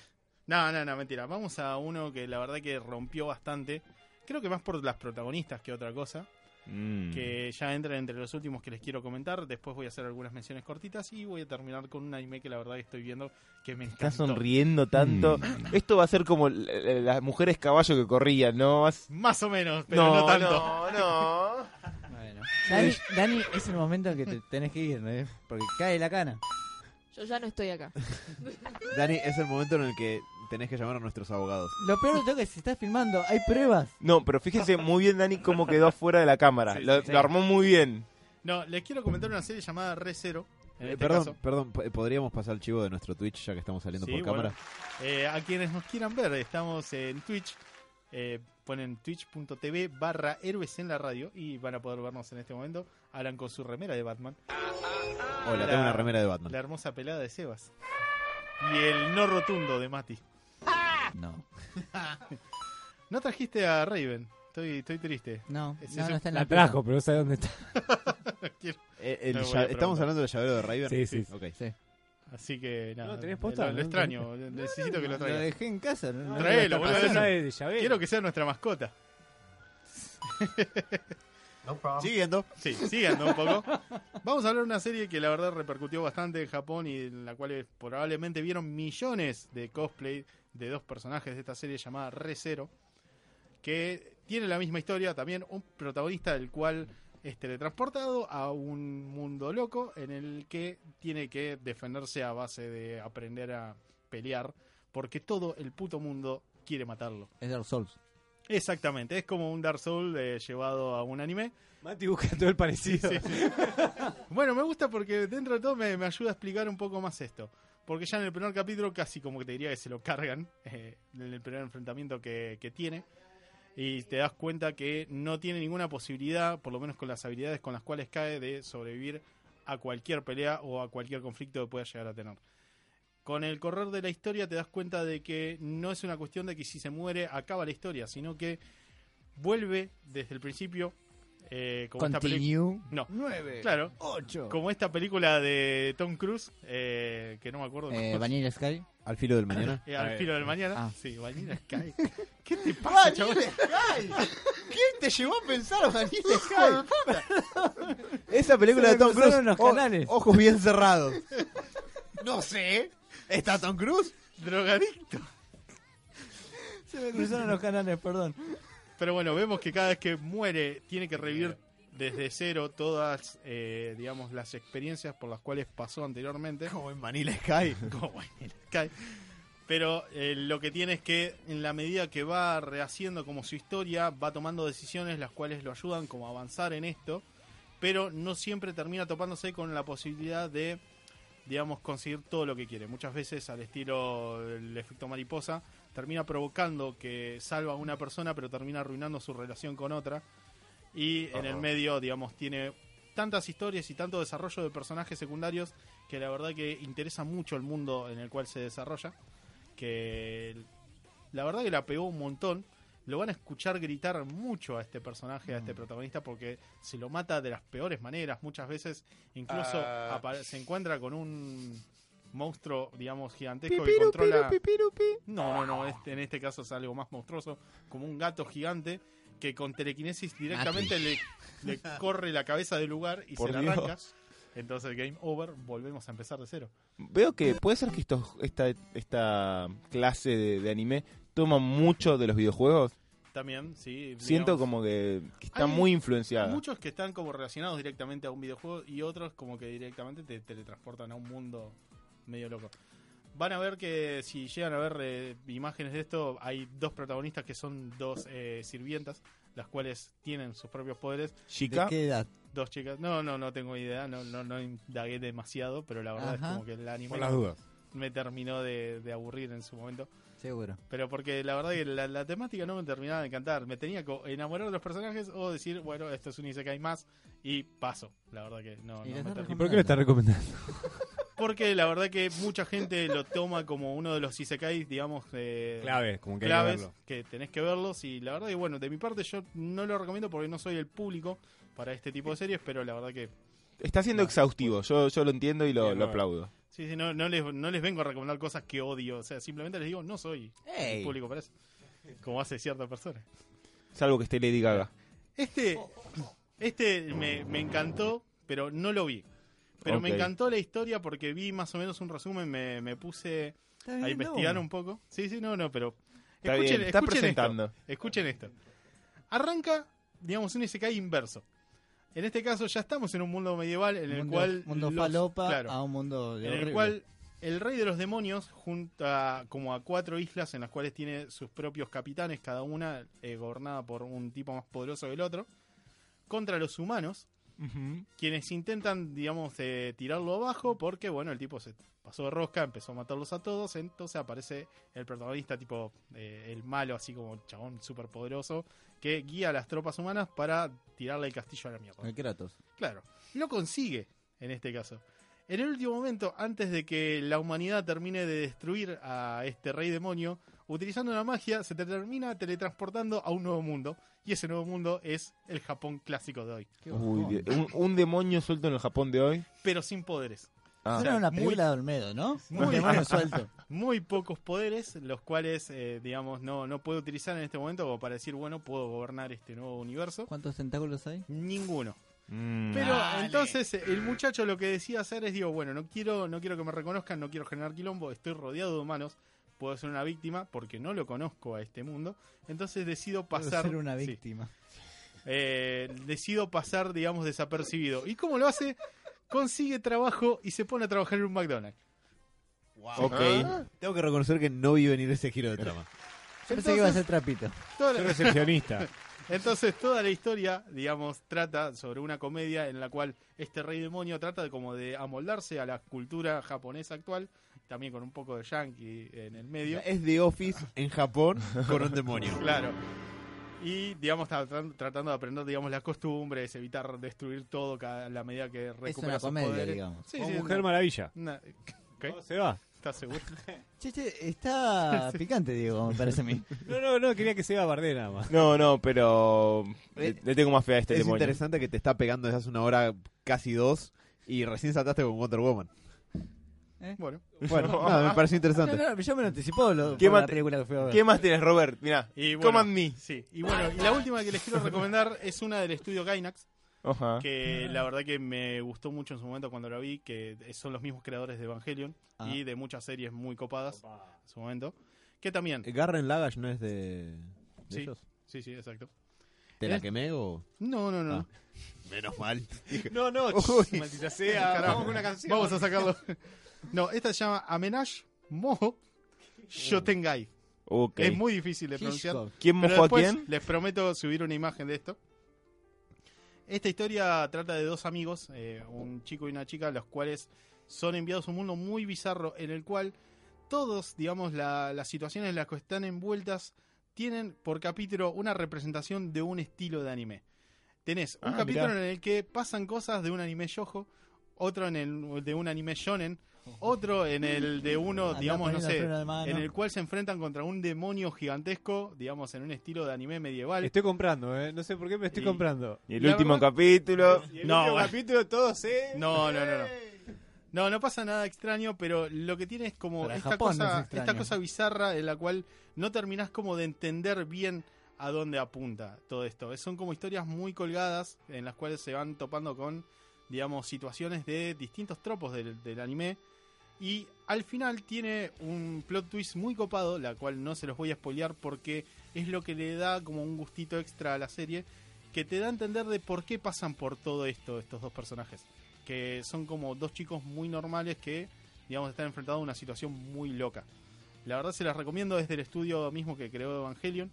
no, no, no, mentira. Vamos a uno que la verdad que rompió bastante. Creo que más por las protagonistas que otra cosa. Mm. Que ya entran entre los últimos que les quiero comentar. Después voy a hacer algunas menciones cortitas y voy a terminar con un anime que la verdad que estoy viendo que me encanta. Está sonriendo tanto. Mm. Esto va a ser como l- l- las mujeres caballo que corrían, ¿no? Vas- Más o menos, pero no, tanto. No, no. Dani, Dani, es el momento en que te tenés que ir, ¿no? Porque cae la cana. Yo ya no estoy acá. Mm. Dani, es el momento en el que tenés que llamar a nuestros abogados. Lo peor de todo es que se está filmando, hay pruebas. No, pero fíjense muy bien, Dani, cómo quedó fuera de la cámara. Sí, lo, sí, sí. lo armó muy bien. No, les quiero comentar una serie llamada Re Zero. En Eh, este perdón, caso. perdón, p- podríamos pasar el chivo de nuestro Twitch ya que estamos saliendo Sí, por bueno. cámara. Eh, a quienes nos quieran ver, estamos en Twitch. eh, ponen twitch.tv barra héroes en la radio y van a poder vernos en este momento. Hablan con su remera de Batman. Hola, la- tengo una remera de Batman. La hermosa pelada de Sebas. Y el no rotundo de Mati. No. No trajiste a Raven. Estoy, estoy triste. No, Ese no, es no un- está en la, La trajo, pero no sé dónde está. Eh, el No voy a lla- preguntar. ¿Estamos hablando del llavero de Raven? Sí, sí, sí. Ok. Así que nada. No, ¿tenés posta? Lo, lo No, extraño. Necesito que Lo lo traigas. dejé en casa. no- no- Traelo, boludo. Esa Quiero- es de llavero. Quiero que sea nuestra mascota. Siguiendo. Sí, siguiendo un poco. Vamos a hablar de una serie que la verdad repercutió bastante en Japón y en la cual eh, probablemente vieron millones de cosplay de dos personajes de esta serie llamada Re Zero, que tiene la misma historia, también un protagonista del cual es teletransportado a un mundo loco en el que tiene que defenderse a base de aprender a pelear, porque todo el puto mundo quiere matarlo. Es Dark Souls. Exactamente, es como un Dark Souls eh, llevado a un anime. Mati busca todo el parecido. Sí, sí. *laughs* bueno, me gusta porque dentro de todo me, me ayuda a explicar un poco más esto. Porque ya en el primer capítulo casi como que te diría que se lo cargan *laughs* eh, en el primer enfrentamiento que, que tiene. Y te das cuenta que no tiene ninguna posibilidad, por lo menos con las habilidades con las cuales cae, de sobrevivir a cualquier pelea o a cualquier conflicto que pueda llegar a tener. Con el correr de la historia te das cuenta de que no es una cuestión de que si se muere acaba la historia, sino que vuelve desde el principio. eh, como esta peli- Continue. no. 9. Claro. 8. Como esta película de Tom Cruise, eh, que no me acuerdo. Eh, cómo se- Vanilla Sky. Al filo del mañana. eh, al filo del mañana. Ah. Sí, Vanilla *laughs* Sky. ¿Qué te pasa, chaval? ¿Quién te llevó a pensar a Vanilla *laughs* Esa película Se de Tom me cruzaron Cruise. los o- canales. ojos bien cerrados. *laughs* no sé. ¿Está Tom Cruise? Drogadicto. Se me cruzaron los canales, perdón. Pero bueno, vemos que cada vez que muere tiene que revivir desde cero todas, eh, digamos, las experiencias por las cuales pasó anteriormente. *laughs* *laughs* Como en Manila Sky. Como Vanilla Sky. Pero eh, lo que tiene es que en la medida que va rehaciendo como su historia, va tomando decisiones las cuales lo ayudan como a avanzar en esto, pero no siempre termina topándose con la posibilidad de, digamos, conseguir todo lo que quiere. Muchas veces al estilo del efecto mariposa, termina provocando que salva a una persona, pero termina arruinando su relación con otra. Y en el medio, digamos, tiene tantas historias y tanto desarrollo de personajes secundarios que la verdad que interesa mucho el mundo en el cual se desarrolla. Que la verdad que la pegó un montón. Lo van a escuchar gritar mucho a este personaje, a Mm. este protagonista, porque se lo mata de las peores maneras. Muchas veces incluso Ah. apare- se encuentra con un monstruo, digamos, gigantesco que controla... No, no, no, este- en este caso es algo más monstruoso, como un gato gigante que con telequinesis directamente le, le corre la cabeza del lugar y Por se la arranca. Dios. Entonces, game over, volvemos a empezar de cero. Veo que puede ser que estos, esta, esta clase de, de anime toma mucho de los videojuegos. También, sí. Siento digamos, como que, que está Hay muy influenciada. Muchos que están como relacionados directamente a un videojuego y otros como que directamente te teletransportan a un mundo medio loco. Van a ver que si llegan a ver eh, imágenes de esto, hay dos protagonistas que son dos eh, sirvientas, las cuales tienen sus propios poderes. Chica, qué edad? Dos chicas. No, no, no tengo idea, no, no, no indagué demasiado, pero la verdad Ajá. es como que el anime Por las dudas. me terminó de, de aburrir en su momento. Seguro. Pero porque la verdad que la, la temática no me terminaba de encantar. Me tenía que enamorar de los personajes o decir, bueno, esto es un Isekai más y paso. La verdad que no, no Y me les da terminó. ¿Y por qué lo estás recomendando? Porque la verdad que mucha gente lo toma como uno de los Isekais, digamos, eh, Claves, como que hay que claves verlo. que tenés que verlos. Y la verdad que, bueno, de mi parte yo no lo recomiendo porque no soy el público para este tipo de series, pero la verdad que está siendo No, exhaustivo. Yo, yo lo entiendo y lo, pues, Bien, lo no. aplaudo. sí, sí, no, no, les, no les vengo a recomendar cosas que odio. O sea, simplemente les digo, no soy el Ey. público para eso. Como hace cierta persona. Salvo que esté Lady Gaga. Este, este me, me encantó, pero no lo vi. Pero me Ok. encantó la historia porque vi más o menos un resumen, me, me puse a investigar un poco. Sí, sí, no, no, pero. Está escuchen, bien, está escuchen presentando. Esto, escuchen esto. Arranca, digamos, un SK inverso. En este caso ya estamos en un mundo medieval en el mundo, cual. mundo los- falopa claro, a un mundo de en el horrible. cual el rey de los demonios junta como a cuatro islas en las cuales tiene sus propios capitanes, cada una eh, gobernada por un tipo más poderoso que el otro, contra los humanos, quienes intentan, digamos, eh, tirarlo abajo porque, bueno, el tipo se pasó de rosca, empezó a matarlos a todos, entonces aparece el protagonista, tipo eh, el malo, así como un chabón súper poderoso, que guía a las tropas humanas para tirarle el castillo a la mierda. El Kratos. Claro, lo consigue en este caso. En el último momento, antes de que la humanidad termine de destruir a este rey demonio, utilizando la magia, se termina teletransportando a un nuevo mundo. Y ese nuevo mundo es el Japón clásico de hoy. Uy, Dios. un, un demonio suelto en el Japón de hoy. Pero sin poderes. Ah. Suena una muy- película de Olmedo, ¿no? Muy- Un demonio suelto. Muy pocos poderes, los cuales, eh, digamos, no, no puedo utilizar en este momento como para decir, bueno, puedo gobernar este nuevo universo. *laughs* ¿Cuántos tentáculos hay? Ninguno. Mm. Pero entonces el muchacho lo que decía hacer es digo, bueno, no quiero, no quiero que me reconozcan, no quiero generar quilombo, estoy rodeado de humanos, puedo ser una víctima porque no lo conozco a este mundo, entonces decido Puedo pasar ser una sí. *laughs* víctima. Eh, decido pasar, digamos, desapercibido. ¿Y cómo lo hace? Consigue trabajo y se pone a trabajar en un McDonald's. Ok. Tengo que reconocer que no vi venir ese giro de trama. Yo pensé que iba a ser trapito. Toda Soy la- *laughs* recepcionista. Entonces toda la historia, digamos, trata sobre una comedia en la cual este rey demonio trata de como de amoldarse a la cultura japonesa actual, también con un poco de yankee en el medio. Es The Office en Japón con *laughs* un demonio. Claro. Y, digamos, tra- tra- tratando de aprender, digamos, las costumbres, evitar destruir todo cada- a la medida que recupera Es una sus comedia, poderes. digamos. Sí, Como sí, Mujer no- Maravilla. no- ¿Qué? ¿Se va? ¿Estás seguro? Che, che, *laughs* está picante, Diego, me parece a mí. No, no, no, quería que se iba a Bardé nada más. No, no, pero le, Eh, le tengo más fe a este Es demonio. interesante que te está pegando desde hace una hora, casi dos, y recién saltaste con Wonder Woman. Bueno. *laughs* Bueno, *laughs* nada, me No, pareció interesante. no, yo me lo anticipó lo, ¿Qué por la mate- película que fui a ver. ¿Qué más tienes, Robert? Mirá, Y bueno, come at me. Sí. Y bueno, y la última que les quiero recomendar es una del estudio Gainax, Ajá. que la verdad que me gustó mucho en su momento cuando la vi, que son los mismos creadores de Evangelion Ah. y de muchas series muy copadas en su momento. Que también... Garren Lagash no es de, de Sí. ellos. Sí, sí, exacto. ¿Te la Es- quemé o...? No, no, no. Ah. Menos mal. No, no, Uy. maldita sea. Carajo. Vamos con una canción. Vamos a sacarlo. No, esta se llama Amenage Mojo. Shotengai. Ok. Es muy difícil de pronunciar. Hitchcock. ¿Quién Pero mojó a después quién? les prometo subir una imagen de esto. Esta historia trata de dos amigos, eh, un chico y una chica, los cuales son enviados a un mundo muy bizarro en el cual todos, digamos, la- las situaciones en las que están envueltas tienen por capítulo una representación de un estilo de anime. Tenés un Ah, capítulo mirá. en el que pasan cosas de un anime yojo, otro en el de un anime shonen, otro en el de uno, Andá digamos, no poniendo sé, freno de mano. en el cual se enfrentan contra un demonio gigantesco, digamos, en un estilo de anime medieval. Este- Estoy comprando, ¿eh? No sé por qué me estoy Y- comprando. Y el La último verdad- capítulo. Y el No, último bueno. capítulo todos, ¿eh? No, no, no, no. No, no pasa nada extraño, pero lo que tiene es como Para esta, Japón no es cosa, extraño. esta cosa bizarra en la cual no terminás como de entender bien a dónde apunta todo esto. Son como historias muy colgadas en las cuales se van topando con, digamos, situaciones de distintos tropos del, del anime. Y al final tiene un plot twist muy copado, la cual no se los voy a spoilear porque es lo que le da como un gustito extra a la serie, que te da a entender de por qué pasan por todo esto estos dos personajes. Que son como dos chicos muy normales que, digamos, están enfrentados a una situación muy loca. La verdad se las recomiendo desde el estudio mismo que creó Evangelion.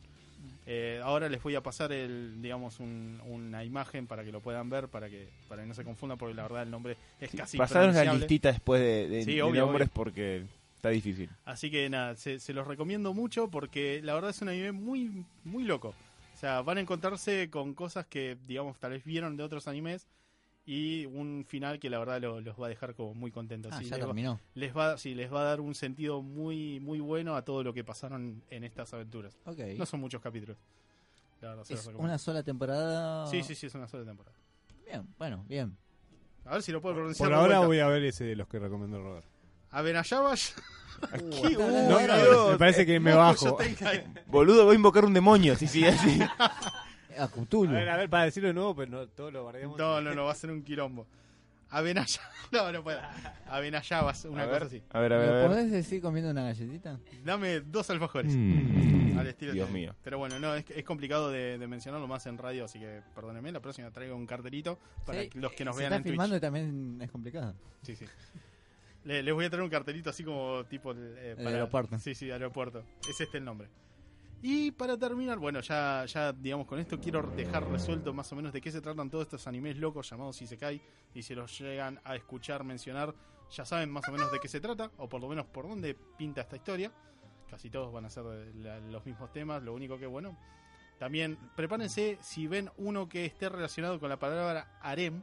Eh, ahora les voy a pasar el, digamos, un- una imagen para que lo puedan ver, para que, para que no se confundan, porque la verdad el nombre es casi Pasaros la impronunciable. listita después de, de- Sí, de obvio, nombres obvio. porque está difícil. Así que nada, se, se los recomiendo mucho porque la verdad es un anime muy, muy loco. O sea, van a encontrarse con cosas que, digamos, tal vez vieron de otros animes y un final que la verdad lo- los va a dejar como muy contentos. Ah, Sí, ya les, va, terminó. les va- sí, les va a dar un sentido muy, muy bueno a todo lo que pasaron en estas aventuras. Ok. No son muchos capítulos. La verdad, se los es recomiendo. una sola temporada. Sí, sí, sí, es una sola temporada. Bien, bueno, bien. A ver si lo puedo pronunciar. Por de ahora vuelta. voy a ver ese de los que recomendó Robert. A ver, allá vas. Aquí, No, Bueno, me parece que me Mojo, *laughs* bajo. Shotenkai. Boludo, voy a invocar un demonio, sí, sí, así. A A Cthulhu. ver, a ver, para decirlo de nuevo, pues no, todos lo guardemos. No, no, no, va a ser un quilombo. Avenalla. *laughs* No, no puedo. Avenallabas, una *laughs* A cosa ver, así. A ver, a ver, a ¿Lo ver. podés decir comiendo una galletita? Dame dos alfajores. Mm. al estilo Dios de- mío. Pero bueno, no, es, es complicado de, de mencionarlo más en radio, así que perdónenme. La próxima traigo un carterito para Sí, los que nos se vean está en filmando y también es complicado. Twitch. Sí, sí. Le- les voy a traer un cartelito así como tipo. eh, para- aeropuerto. Sí, sí, aeropuerto. Es este el nombre. Y para terminar, bueno, ya, ya digamos con esto quiero dejar resuelto más o menos de qué se tratan todos estos animes locos llamados Isekai. Y si los llegan a escuchar mencionar, ya saben más o menos de qué se trata, o por lo menos por dónde pinta esta historia. Casi todos van a ser de la- los mismos temas, lo único que bueno. También prepárense si ven uno que esté relacionado con la palabra harem.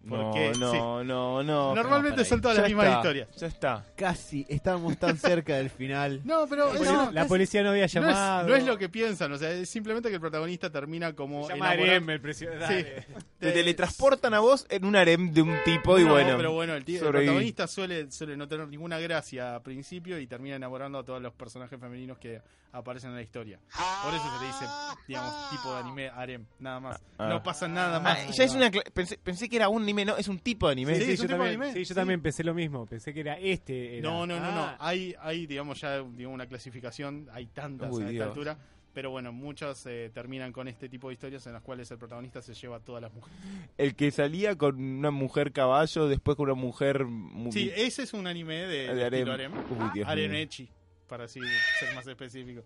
No, Porque, no, sí. no, no. Normalmente son todas Ya las mismas está, historias. Ya está. Casi, estábamos tan cerca del final. No, pero La es poli- una- la es- policía no había no, llamado. es, no es lo que piensan, o sea, es simplemente que el protagonista termina como Se llama enamorado- Ariel, el presidente. Dale. Sí. Te teletransportan a vos en un harem de un tipo y No, bueno. pero bueno, el, tío, el sobreviví. protagonista suele, suele no tener ninguna gracia al principio y termina enamorando a todos los personajes femeninos que aparecen en la historia. Por eso se le dice, digamos, tipo de anime harem, nada más. Ah. No pasa nada Ah, más. ya es una cla- pensé, pensé que era un anime, no, es un tipo de anime. Sí, Sí, es un yo tipo de también, anime. sí, Sí. yo también pensé lo mismo. Pensé que era este. era. No, no, no, Ah. no. Hay, hay digamos, ya digamos, una clasificación, hay tantas Uy, a esta Dios. altura. Pero bueno, muchas eh, terminan con este tipo de historias en las cuales el protagonista se lleva a todas las mujeres. El que salía con una mujer caballo, después con una mujer mu- Sí, eh, ese es un anime de, de de harem. estilo harem. Uy, Dios mío. Arenechi, para así ser más específico.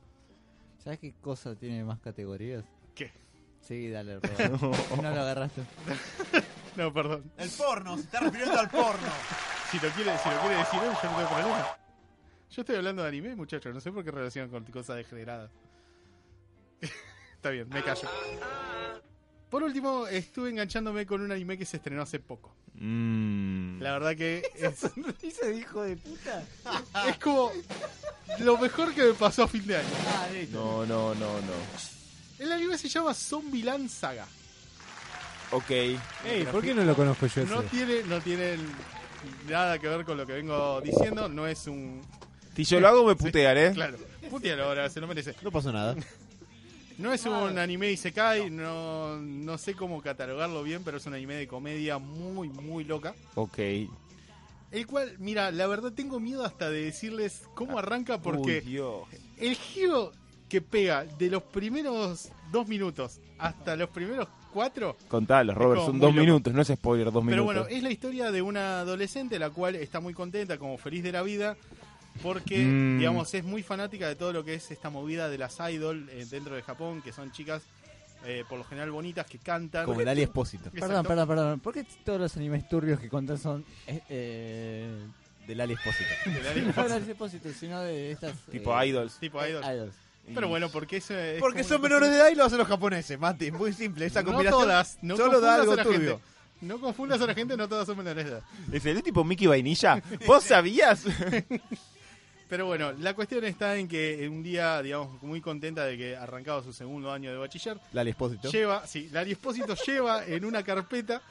¿Sabes qué cosa tiene más categorías? ¿Qué? Sí, *laughs* dale, Roberto. no lo agarraste. No, perdón. El porno, se está refiriendo al porno. *laughs* Si lo quiere, si lo quiere decir él, yo no tengo problema. Yo estoy hablando de anime, muchachos. No sé por qué relacionan con cosas degeneradas. *laughs* Está bien, me callo. Por último, estuve enganchándome con un anime que se estrenó hace poco. Mm. La verdad que es, Sonrisa de hijo de puta. es como lo mejor que me pasó a fin de año. No, no, no, no. El anime se llama Zombieland Saga. Ok. Ey, ¿por qué Ah, no lo conozco yo ese? No tiene, no tiene nada que ver con lo que vengo diciendo. No es un... Si yo lo hago, me putean, ¿eh? Claro, putealo ahora, se lo merece. No pasó nada. *laughs* No es un anime isekai, no, no sé cómo catalogarlo bien, pero es un anime de comedia muy, muy loca. Ok. El cual, mira, la verdad tengo miedo hasta de decirles cómo arranca Uy, porque Dios. el giro que pega de los primeros dos minutos hasta los primeros cuatro Contalos, Robert, como son muy dos loco. minutos, no es spoiler, dos Pero minutos. bueno, es la historia de una adolescente la cual está muy contenta, como feliz de la vida, porque Mm. digamos es muy fanática de todo lo que es esta movida de las idol eh, dentro de Japón, que son chicas eh, por lo general bonitas que cantan. Como el Ali Espósito. Exacto. Perdón, perdón, perdón. ¿Por qué todos los animes turbios que contás son eh, eh, Del Ali Espósito. El Ali no Espósito, de Depósito, sino de estas *laughs* Tipo eh, idols. *laughs* tipo idol. idols. Pero bueno, porque eso *laughs* es Porque como son una menores cosa- de edad y lo hacen los japoneses, Mati. Muy simple. Esa no combinación. todas, no solo da confundas algo a la turbio. gente. No confundas a la gente, no todas son menores de edad. ¿Es el tipo Mickey *laughs* Vainilla? ¿Vos sabías? Pero bueno, la cuestión está en que un día, digamos, muy contenta de que arrancaba su segundo año de bachiller, Lali Espósito. lleva, sí, Lali Espósito *laughs* lleva en una carpeta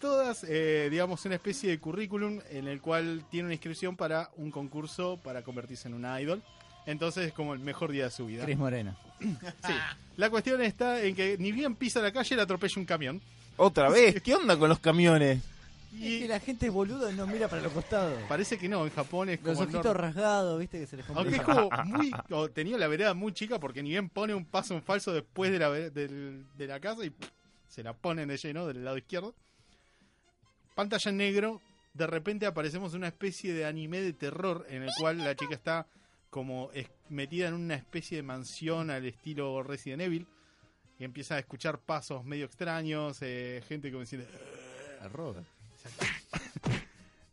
todas, eh, digamos, una especie de currículum en el cual tiene una inscripción para un concurso para convertirse en una idol. Entonces es como el mejor día de su vida. Cris Morena. Sí. La cuestión está en que ni bien pisa la calle, le atropella un camión. Otra vez, ¿qué onda con los camiones? Y... Es Y que la gente es boluda y no mira para los costados. parece que no, en Japón es como... Los el ojitos norte. rasgados, viste que se les Aunque es complica. como muy. o tenía la vereda muy chica porque ni bien pone un paso en falso después de la, vere- del- de la casa y ¡puf! se la ponen de lleno del lado izquierdo. Pantalla en negro. De repente aparecemos en una especie de anime de terror en el cual la chica está como es- metida en una especie de mansión al estilo Resident Evil y empieza a escuchar pasos medio extraños, eh, gente como diciendo.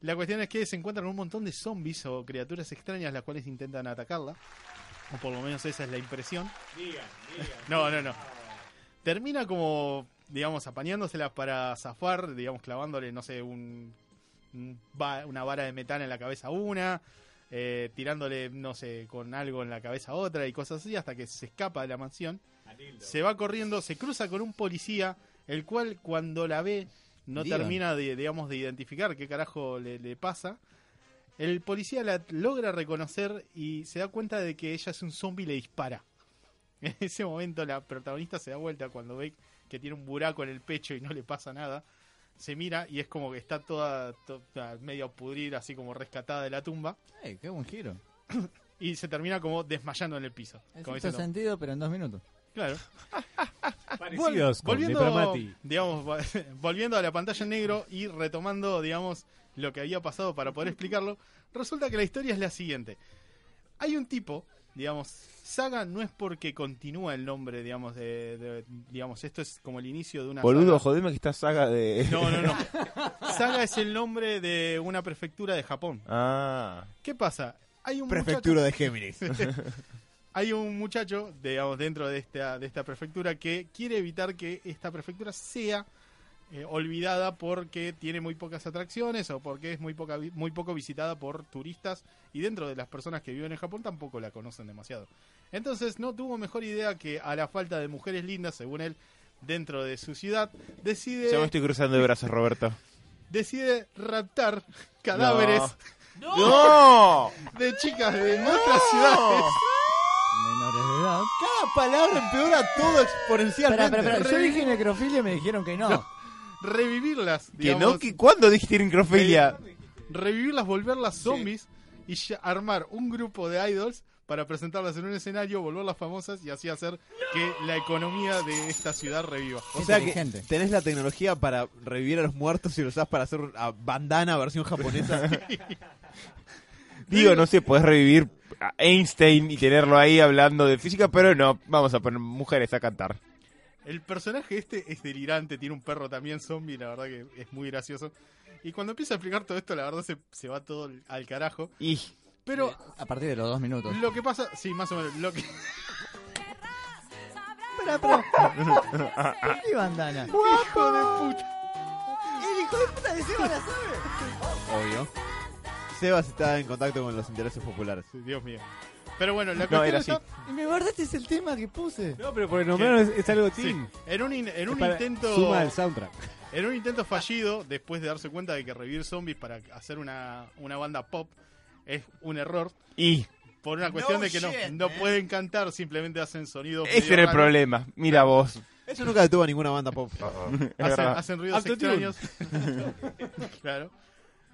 La cuestión es que se encuentran un montón de zombies o criaturas extrañas las cuales intentan atacarla. O por lo menos esa es la impresión. No, no, no. Termina como, digamos, apañándoselas para zafar, digamos, clavándole, no sé, un, un va- una vara de metal en la cabeza a una, eh, tirándole, no sé, con algo en la cabeza a otra y cosas así, hasta que se escapa de la mansión. Se va corriendo, se cruza con un policía, el cual cuando la ve no Digan. termina de, digamos, de identificar qué carajo le, le pasa. El policía la logra reconocer y se da cuenta de que ella es un zombie y le dispara. *laughs* En ese momento la protagonista se da vuelta cuando ve que tiene un buraco en el pecho y no le pasa nada. Se mira y es como que está toda, toda medio a pudrir, así como rescatada de la tumba. Ey, qué buen giro. Y se termina como desmayando en el piso. En Como cierto diciendo, sentido, pero en dos minutos. claro. Parecidos con volviendo, Necromati. digamos, vol- *laughs* volviendo a la pantalla en negro y retomando, digamos, lo que había pasado para poder explicarlo, resulta que la historia es la siguiente. Hay un tipo, digamos, Saga no es porque continúa el nombre, digamos, de, de- digamos, esto es como el inicio de una Boludo, saga. jodeme que está saga de... No, no, no. Saga es el nombre de una prefectura de Japón. Ah, ¿Qué pasa? Hay un Prefectura de Géminis. *laughs* hay un muchacho, digamos, dentro de esta, de esta prefectura que quiere evitar que esta prefectura sea eh, olvidada porque tiene muy pocas atracciones o porque es muy, poca, vi- muy poco visitada por turistas y dentro de las personas que viven en Japón tampoco la conocen demasiado. Entonces no tuvo mejor idea que a la falta de mujeres lindas, según él, dentro de su ciudad, ya me decide, estoy cruzando de brazos, Roberto. decide raptar cadáveres ¡No! de chicas de otras ciudades. Menores de edad. Cada palabra empeora todo exponencialmente. Espera, espera, espera. Yo dije necrofilia y me dijeron que no. Revivirlas, ¿Que digamos. no? ¿Que ¿Cuándo dijiste necrofilia? eh, revivirlas, volverlas zombies y ya- armar un grupo de idols para presentarlas en un escenario, volverlas famosas y así hacer que la economía de esta ciudad reviva. O sea que Inteligente. tenés la tecnología para revivir a los muertos y lo usás para hacer a bandana versión japonesa. *laughs* Digo, no sé, podés revivir a Einstein y tenerlo ahí hablando de física, pero no, vamos a poner mujeres a cantar. El personaje este es delirante, tiene un perro también zombie, la verdad que es muy gracioso. Y cuando empieza a explicar todo esto, la verdad se, se va todo al carajo. Y Pero A partir de los dos minutos. lo que pasa, sí, más o menos, lo que, *laughs* Espera, espera. ¿Qué bandana? hijo de puta. El hijo de puta de Seba la sabe. Obvio. Sebas está en contacto con los intereses populares. Dios mío. Pero bueno, la No, cuestión era está- así. Y me guardaste es el tema que puse. No, pero por el nombrado es, es algo sí, team. en un, in- en un Para- intento... Suma al soundtrack. En un intento fallido, después de darse cuenta de que revivir zombies para hacer una, una banda pop es un error, Y por una cuestión No de que no, shit, no man. pueden cantar, simplemente hacen sonidos. ese medio era el raros, problema. Mira vos. Eso nunca detuvo a ninguna banda pop. *laughs* Es Hacen, verdad. hacen ruidos Autotune. extraños. *laughs* claro.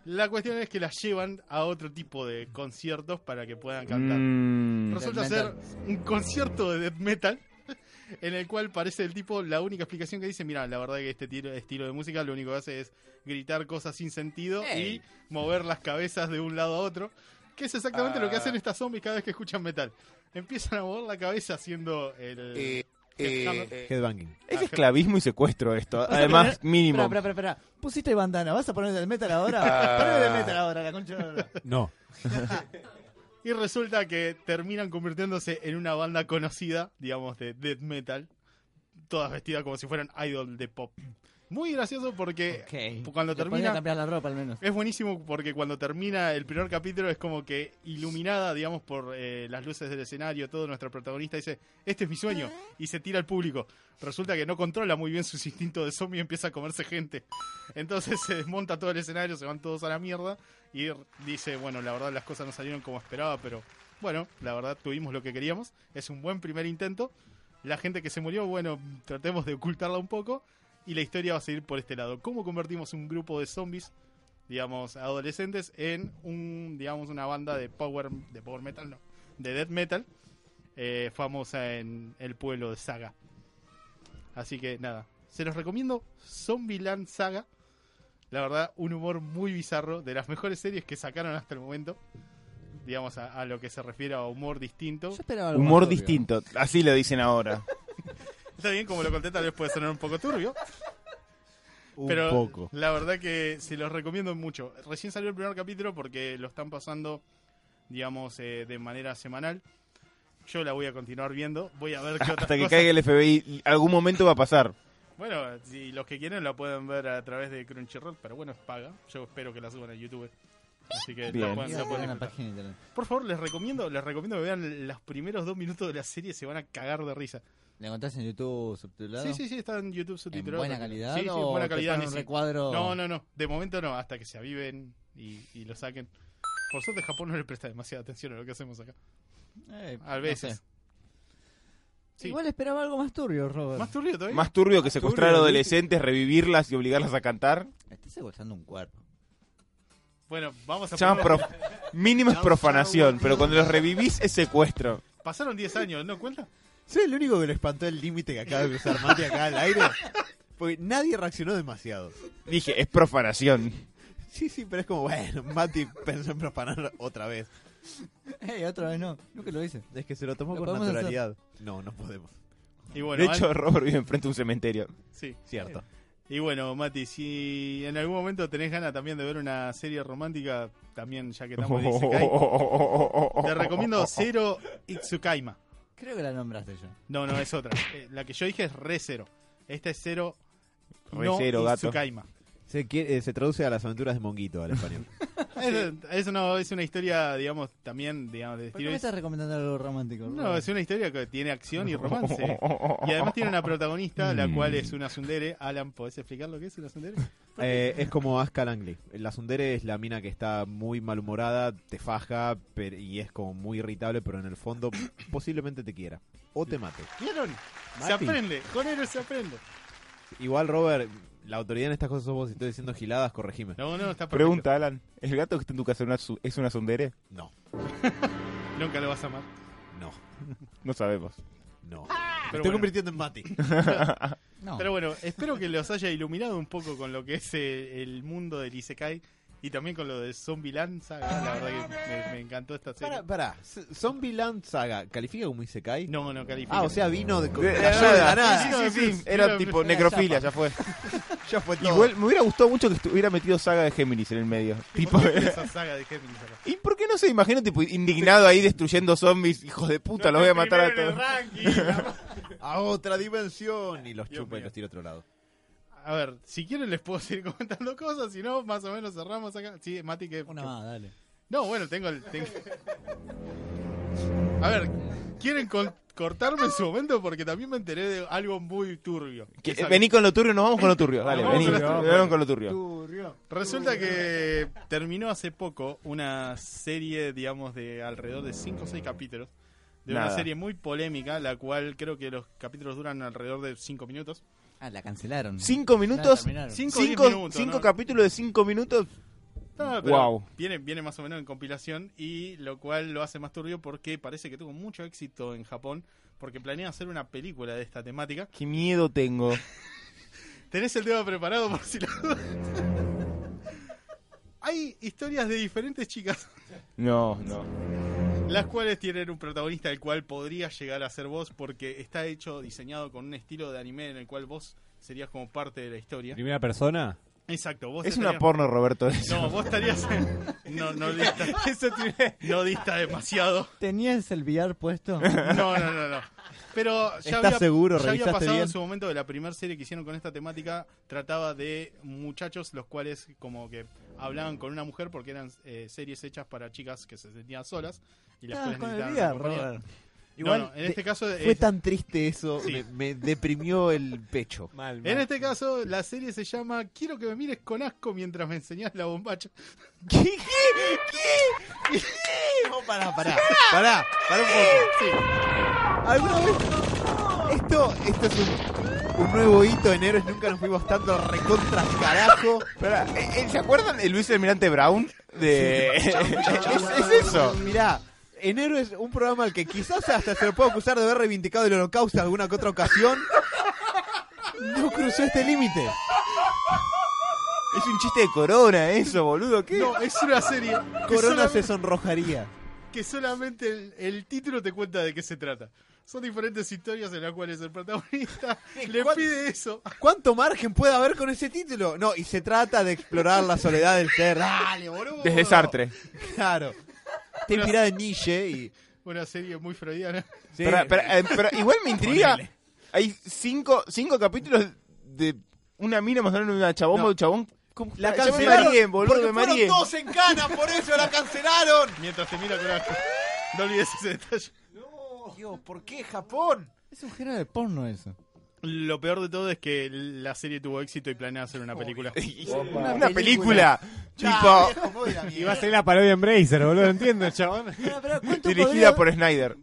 La cuestión es que las llevan a otro tipo de conciertos para que puedan cantar. Mm, Resulta Death ser metal. un concierto de death metal *laughs* en el cual parece el tipo la única explicación que dice, mira, la verdad que este tiro- estilo de música lo único que hace es gritar cosas sin sentido y mover las cabezas de un lado a otro. Que es exactamente lo que Ah. hacen estas zombies cada vez que escuchan metal. Empiezan a mover la cabeza haciendo el. Eh, eh, eh, Headbanging. Es esclavismo y secuestro esto. Además, mínimo. Espera, espera, espera. Pusiste bandana, ¿vas a poner el metal ahora? Ah. Ponle el metal ahora, la concha de la lora. No. Y resulta que terminan convirtiéndose en una banda conocida, digamos, de death metal. Todas vestidas como si fueran idol de pop. Muy gracioso porque cuando Le podría termina. cambiar la ropa al menos. Es buenísimo porque cuando termina el primer capítulo es como que iluminada, digamos, por eh, las luces del escenario, todo nuestro protagonista dice, este es mi sueño, y se tira al público. Resulta que no controla muy bien sus instintos de zombie y empieza a comerse gente. Entonces se desmonta todo el escenario, se van todos a la mierda y r- dice, bueno, la verdad las cosas no salieron como esperaba, pero bueno, la verdad tuvimos lo que queríamos, es un buen primer intento. La gente que se murió, bueno, tratemos de ocultarla un poco y la historia va a seguir por este lado. ¿Cómo convertimos un grupo de zombies digamos, adolescentes en un, digamos, una banda de power, de power metal, no, de death metal, eh, famosa en el pueblo de Saga. Así que nada, se los recomiendo Zombieland Saga. La verdad, un humor muy bizarro, de las mejores series que sacaron hasta el momento. Digamos, a, a lo que se refiere a humor distinto. Yo esperaba algo más Humor turbio. distinto. Así lo dicen ahora. Está bien, como lo conté, tal vez puede sonar un poco turbio. *laughs* Un Pero poco. la verdad que se los recomiendo mucho. Recién salió el primer capítulo porque lo están pasando, digamos, eh, de manera semanal. Yo la voy a continuar viendo. Voy a *laughs* ver qué otras Hasta que cosas- caiga el FBI. Algún momento va a pasar. Bueno, si los que quieren la pueden ver a través de Crunchyroll, pero bueno, es paga. Yo espero que la suban a YouTube. Así que la Bien. pueden- la Iba a pueden poner una disfrutar. página de internet. Por favor, les recomiendo, les recomiendo que vean los primeros dos minutos de la serie, se van a cagar de risa. ¿La encontrás en YouTube subtitulado? Sí, sí, sí, está en YouTube ¿En subtitulado. buena calidad? Sí, sí, o buena te calidad. ponen ni un si- recuadro? No, no, no. De momento no, hasta que se aviven y, y lo saquen. Por suerte Japón no le presta demasiada atención a lo que hacemos acá. Eh, A no veces. sé. Sí. Igual esperaba algo más turbio, Robert. ¿Más turbio todavía? Más turbio que secuestrar a adolescentes, revivirlas y obligarlas a cantar. Estás secuestrando un *laughs* cuerpo. Bueno, vamos a Se llama poner- prof- mínima es profanación, pero cuando los revivís es secuestro. Pasaron 10 años, ¿no cuenta? ¿Soy el único que lo espantó el límite que acaba de cruzar Mati acá al aire? Porque nadie reaccionó demasiado. Dije, es profanación. Sí, sí, pero es como, bueno, Mati pensó en profanar otra vez. Eh, otra vez no. Nunca lo hice. Es que se lo tomó Lo con podemos naturalidad. No, no podemos. Y bueno, de hecho, Robert vive enfrente de un cementerio. Al- sí. Cierto. Y bueno, Mati, si en algún momento tenés ganas también de ver una serie romántica, también ya que estamos de Isekai, te *laughs* recomiendo Zero Itsukaima. Creo que la nombraste yo. No, no, es otra. Eh, La que yo dije es Re Zero. Esta es Zero, Re no Zero, gato. Itsukaima. Se, quiere- eh, se traduce a las aventuras de Monguito al *laughs* español. Es, es una, es una historia, digamos, también, digamos, de ¿Por qué estilo. me estás recomendando algo romántico? No, Robert? es una historia que tiene acción *laughs* y *laughs* romance. Y además tiene una protagonista, Mm. la cual es una tsundere. Alan, ¿podés explicar lo que es una tsundere? Eh, es como Aska Langley. La Sundere es la mina que está muy malhumorada, te faja pero- y es como muy irritable, pero en el fondo posiblemente te quiera. O te mate. ¿Vieron? Se Mati. aprende, con héroes se aprende. Igual, Robert, la autoridad en estas cosas sos vos. Si estoy diciendo giladas, corregime. No, no, está perfecto. Pregunta, Alan. ¿El gato que está en tu casa es una su- es una sondere? No, Nunca lo vas a amar. Ah, no, No sabemos. no. Me Ah. Pero estoy bueno, convirtiendo en *laughs* Mati. No. pero bueno, espero que los haya iluminado un poco con lo que es eh, el mundo del Isekai y también con lo de Zombie Lanza. La verdad que me, me encantó esta serie. Pará, pará. S- Zombieland Saga, ¿califica como Isekai? No, no califica. Ah, o sea, vino de... De- cayó de la nada. Sí, sí, sí, sí. Era Era tipo plus. necrofilia, ya fue. *laughs* Ya fue todo. Igual me hubiera gustado mucho que estuviera metido Saga de Géminis en *laughs* el medio. Tipo, eh, esa saga de Géminis acá? ¿Y por qué no se imagina tipo indignado ahí destruyendo zombies? Hijos de puta, los voy a matar a Primero todos. en *laughs* el ranking, la A otra dimensión. Y los Dios chupa y mío. los tira a otro lado. A ver, si quieren les puedo seguir *laughs* comentando cosas, si no, más o menos cerramos acá. Sí, Mati, que... Una que- más, dale. No, bueno, tengo el... tengo- A ver, ¿quieren col- cortarme en su momento? Porque también me enteré de algo muy turbio. Que- Es algo- Eh, vení con lo turbio, nos vamos con lo turbio. Dale, Nos vení. vamos con lo Nos turbio. vamos con lo turbio. Resulta que terminó hace poco una serie, digamos, de alrededor de 5 o 6 capítulos. De una Nada. serie muy polémica, la cual creo que los capítulos duran alrededor de 5 minutos. Ah, la cancelaron. Cinco minutos. terminaron. Cinco, diez Cinco, minutos, cinco ¿no? capítulos de cinco minutos. No, pero Guau. viene, viene más o menos en compilación y lo cual lo hace más turbio porque parece que tuvo mucho éxito en Japón porque planea hacer una película de esta temática. Qué miedo tengo. ¿Tenés el tema preparado por si la duda? *laughs* hay historias de diferentes chicas, No, no. las cuales tienen un protagonista el cual podría llegar a ser vos porque está hecho, diseñado con un estilo de anime en el cual vos serías como parte de la historia. Primera persona. Exacto, vos Es una estarías- porno, Roberto. eso. No, vos estarías en- No, no dista, no dista demasiado. ¿Tenías el billar *laughs* puesto? No, no, no, no. Pero ya ¿Estás había, seguro? ya había ¿Revisaste pasado bien? en su momento de la primera serie que hicieron con esta temática, trataba de muchachos los cuales como que hablaban con una mujer porque eran eh, series hechas para chicas que se sentían solas y Ah, las Estabas cuales Ah, con el necesitaban billar, compañía. Robert. No, Igual no, en de- este caso Fue es- tan triste eso, Sí. me, me deprimió el pecho. Mal, en este caso la serie se llama Quiero que me mires con asco mientras me enseñas la *laughs* bombacha. No, pará, pará, pará, pará un poco. Sí. ¿Alguna vez? Esto, esto es un, un nuevo hito de negros, nunca nos fuimos tanto recontra al carajo. Pará, ¿eh, eh, ¿Se acuerdan de Luis Almirante Brown? De... *laughs* es, es eso. Mirá, enero es un programa al que quizás hasta se lo puedo acusar de haber reivindicado el holocausto alguna que otra ocasión. No cruzó este límite. Es un chiste de corona eso, boludo. ¿Qué? No, es una serie *laughs* que Corona solamente- se sonrojaría. que solamente el, el título te cuenta de qué se trata. Son diferentes historias en las cuales el *laughs* protagonista le ¿cuál- pide eso. ¿Cuánto margen puede haber con ese título? No, y se trata de explorar la soledad del ser. Dale, boludo. Desde Sartre. Claro. Te inspirada de Nietzsche y. Una serie muy freudiana. Pero, pero, eh, pero igual me intriga. Hay cinco, cinco capítulos de una mina mostrando una chabomba No. un chabón. ¿Cómo? La Ya me cancelaron mareé, boludo, porque me fueron mareé. todos en cana, por eso la cancelaron. Mientras te mira con asco. No olvides ese detalle. Dios, ¿por qué Japón? Es un género de porno eso. Lo peor de todo es que la serie tuvo éxito y planea hacer una película. *laughs* Una, película. Ya, Tipo, viejo, voy Y a la va a mierda. ser la parodia en Bracer, boludo, entiendo, chabón. *laughs* dirigida por Snyder.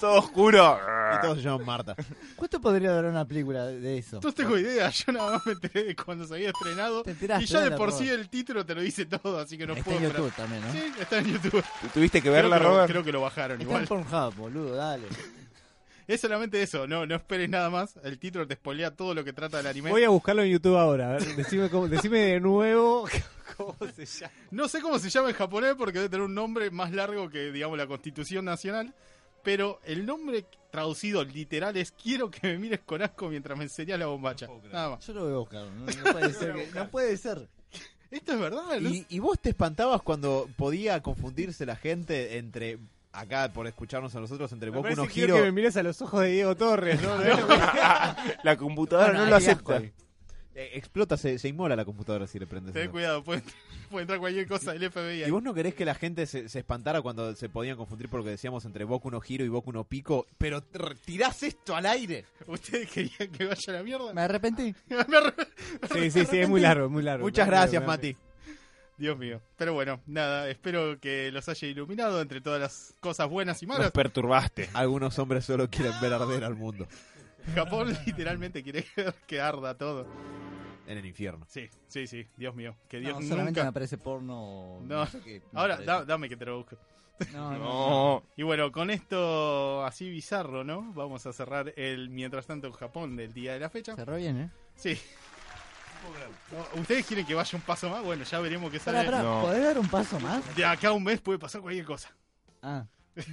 Todo oscuro. Y todos se llaman Marta. ¿Cuánto podría durar una película de eso? No tengo idea, *laughs* yo nada más me enteré de cuando se había estrenado. Te enteraste, y ya de dale, por Rob. sí el título te lo dice todo, así que no Está puedo en esperar. YouTube también, ¿no? Sí, está en *laughs* YouTube. ¿Tuviste que Creo verla, que, lo, Robert? creo que lo bajaron Está en igual. Pornhub, boludo, dale. Es solamente eso, no, no esperes nada más. El título te spoilea todo lo que trata el anime. Voy a buscarlo en YouTube ahora. a ver, Decime, cómo- decime de nuevo *laughs* cómo se llama. No sé cómo se llama en japonés porque debe tener un nombre más largo que, digamos, la Constitución Nacional. Pero el nombre traducido literal es Quiero que me mires con asco mientras me enseñas la bombacha. Nada más. Yo lo voy a buscar. *laughs* No, no puede ser. que- no puede ser. Esto es verdad. ¿no? ¿Y, y vos te espantabas cuando podía confundirse la gente entre. Acá, por escucharnos a nosotros, entre Me Boku parece no que quiero Hero. que me mires a los ojos de Diego Torres, ¿no? *laughs* La computadora Bueno, no lo hay asco acepta. ahí. Eh, Explota, se, se inmola la computadora si le prendes. Ten eso. cuidado, puede, *laughs* puede entrar cualquier cosa del FBI. ¿Y vos no querés que la gente se, se espantara cuando se podían confundir por lo que decíamos entre Boku no Hero y Boku no Pico? Pero te re- tirás esto al aire. *laughs* ¿Ustedes querían que vaya a la mierda? Me arrepentí. *laughs* Me arre- Sí, sí, sí, es muy largo, es muy largo. Muchas Me- gracias, me- Mati. Dios mío. Pero bueno, nada, espero que los haya iluminado entre todas las cosas buenas *laughs* y malas. Nos perturbaste. Algunos hombres solo quieren ver arder al mundo. Japón literalmente quiere *laughs* que arda todo. En el infierno. Sí, sí, sí, Dios mío. Que No, Dios solamente me nunca... aparece porno. No. sé qué me Ahora, aparece. da- dame que te lo busco. No, no, no. No. Y bueno, con esto así bizarro, ¿no? Vamos a cerrar el mientras tanto en Japón del día de la fecha. Cerró bien, ¿eh? Sí. No, ¿Ustedes quieren que vaya un paso más? Bueno, ya veremos qué Pará, sale. pará, No. ¿podés dar un paso más? De acá a un mes puede pasar cualquier cosa. Ah.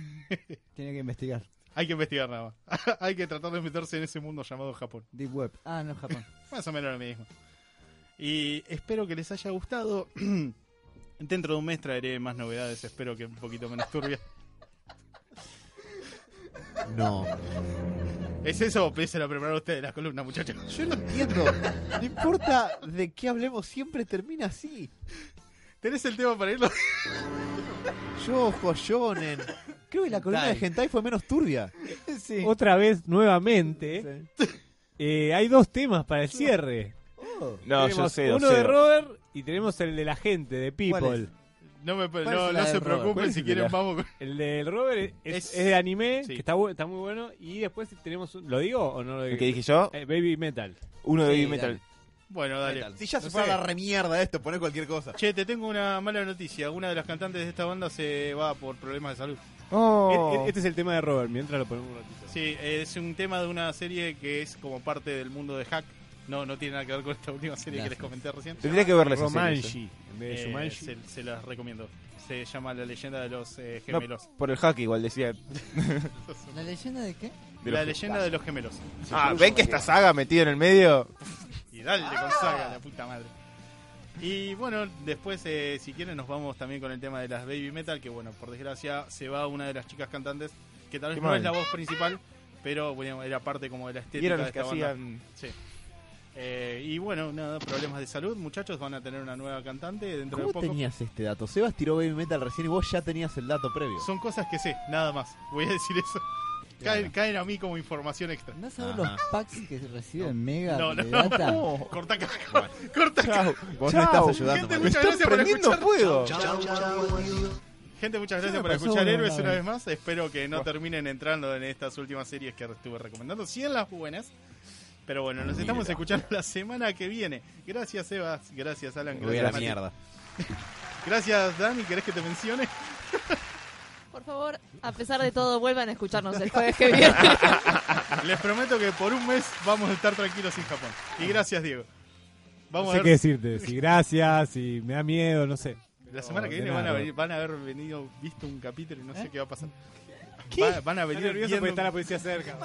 *laughs* Tiene que investigar. Hay que investigar nada más. *laughs* Hay que tratar de meterse en ese mundo llamado Japón. Deep Web. Ah, no, Japón. Más o menos lo mismo. Y espero que les haya gustado. *clears throat* Dentro de un mes traeré más novedades, espero que un poquito menos turbia. *laughs* No. ¿Es eso o empiecen a preparar ustedes las columnas, muchachos? Yo no entiendo. No importa de qué hablemos, siempre termina así. ¿Tenés el tema para irlo? Yo, Joyonen. Creo que la columna de Hentai fue menos turbia. sí. Otra vez, nuevamente, eh, hay dos temas para el cierre. No, yo Tenemos sé, uno de Robert y tenemos el de la gente, de ¿Cuál People. es? No, me, es no, la de no Robert? se ¿Cuál preocupen, es si la- quieren vamos con... El de Robert es, Es- es de anime, sí. que está, bu- está muy bueno. Y después tenemos, un- ¿lo digo o no lo digo? ¿Qué dije yo? Eh, Baby Metal. Uno de Sí, Heavy Metal. Bueno, dale. Si ya se fue a la remierda esto, poner cualquier cosa. Che, te tengo una mala noticia. Una de las cantantes de esta banda se va por problemas de salud. Oh. E- e- Este es el tema de Robert, mientras lo ponemos un ratito. Sí, es un tema de una serie que es como parte del mundo de Hack, No, no tiene nada que ver con esta última serie Gracias. que les comenté recién. Tendría que verla esa serie, sí. Romanji. En vez de Eh, Shumanji. se, se las recomiendo. Se llama La leyenda de los eh, No, gemelos. por el hack igual decía. ¿La leyenda de qué? de la los- leyenda de los gemelos. Ah, ¿ven que esta saga metida en el medio? Y dale con saga, la puta madre. Y bueno, después, eh, si quieren, nos vamos también con el tema de las baby metal. Que bueno, por desgracia, se va una de las chicas cantantes. Que tal Qué vez no mal. es la voz principal, pero bueno, era parte como de la estética. Y eran de los que esta banda. hacían. Sí. Eh, y bueno, nada, problemas de salud. Muchachos, van a tener una nueva cantante dentro de ¿Cómo poco. tenías este dato? Sebas tiró Baby Metal recién y vos ya tenías el dato previo. Son cosas que sé, nada más. Voy a decir eso. Caen, caen a mí como información extra. ¿Andás a ver Ajá. los packs que reciben Mega No, no, de *laughs* data? Corta acá, corta acá. Chao. Vos Chao. no estás ayudando. Gente, Mariano. Me Muchas están gracias por prendiendo escuchar. fuego. Gente, muchas Ya gracias me por pasó escuchar una Héroes vez. una vez más. Espero que no terminen entrando en estas últimas series que estuve recomendando. Sí, en las buenas. Pero bueno, nos estamos escuchando la semana que viene. Gracias, Sebas. Gracias, Alan. Me voy a Gracias, la Mati. *laughs* mierda. Gracias, Dani. ¿Querés que te *laughs* mencione? Por favor, a pesar de todo, vuelvan a escucharnos el jueves que viene. Les prometo que por un mes vamos a estar tranquilos en Japón. Y gracias, Diego. Vamos No a sé ver. qué decirte. Si gracias, si me da miedo, no sé. La semana que de viene van a, nada. venir- van a haber venido, visto un capítulo y no sé qué va a pasar. ¿Qué? Va- van a venir viendo- policía cerca.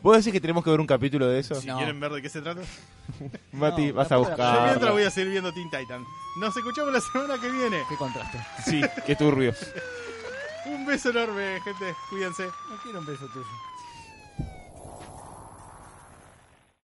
¿Vos decís que tenemos que ver un capítulo de eso? Si quieren ver de qué se trata. Mati, No, vas a la puta Ah. buscar. Yo mientras voy a seguir viendo Teen Titan. Nos escuchamos la semana que viene. Qué contraste. Sí, qué turbio. Un beso enorme, gente. Cuídense. No quiero un beso tuyo.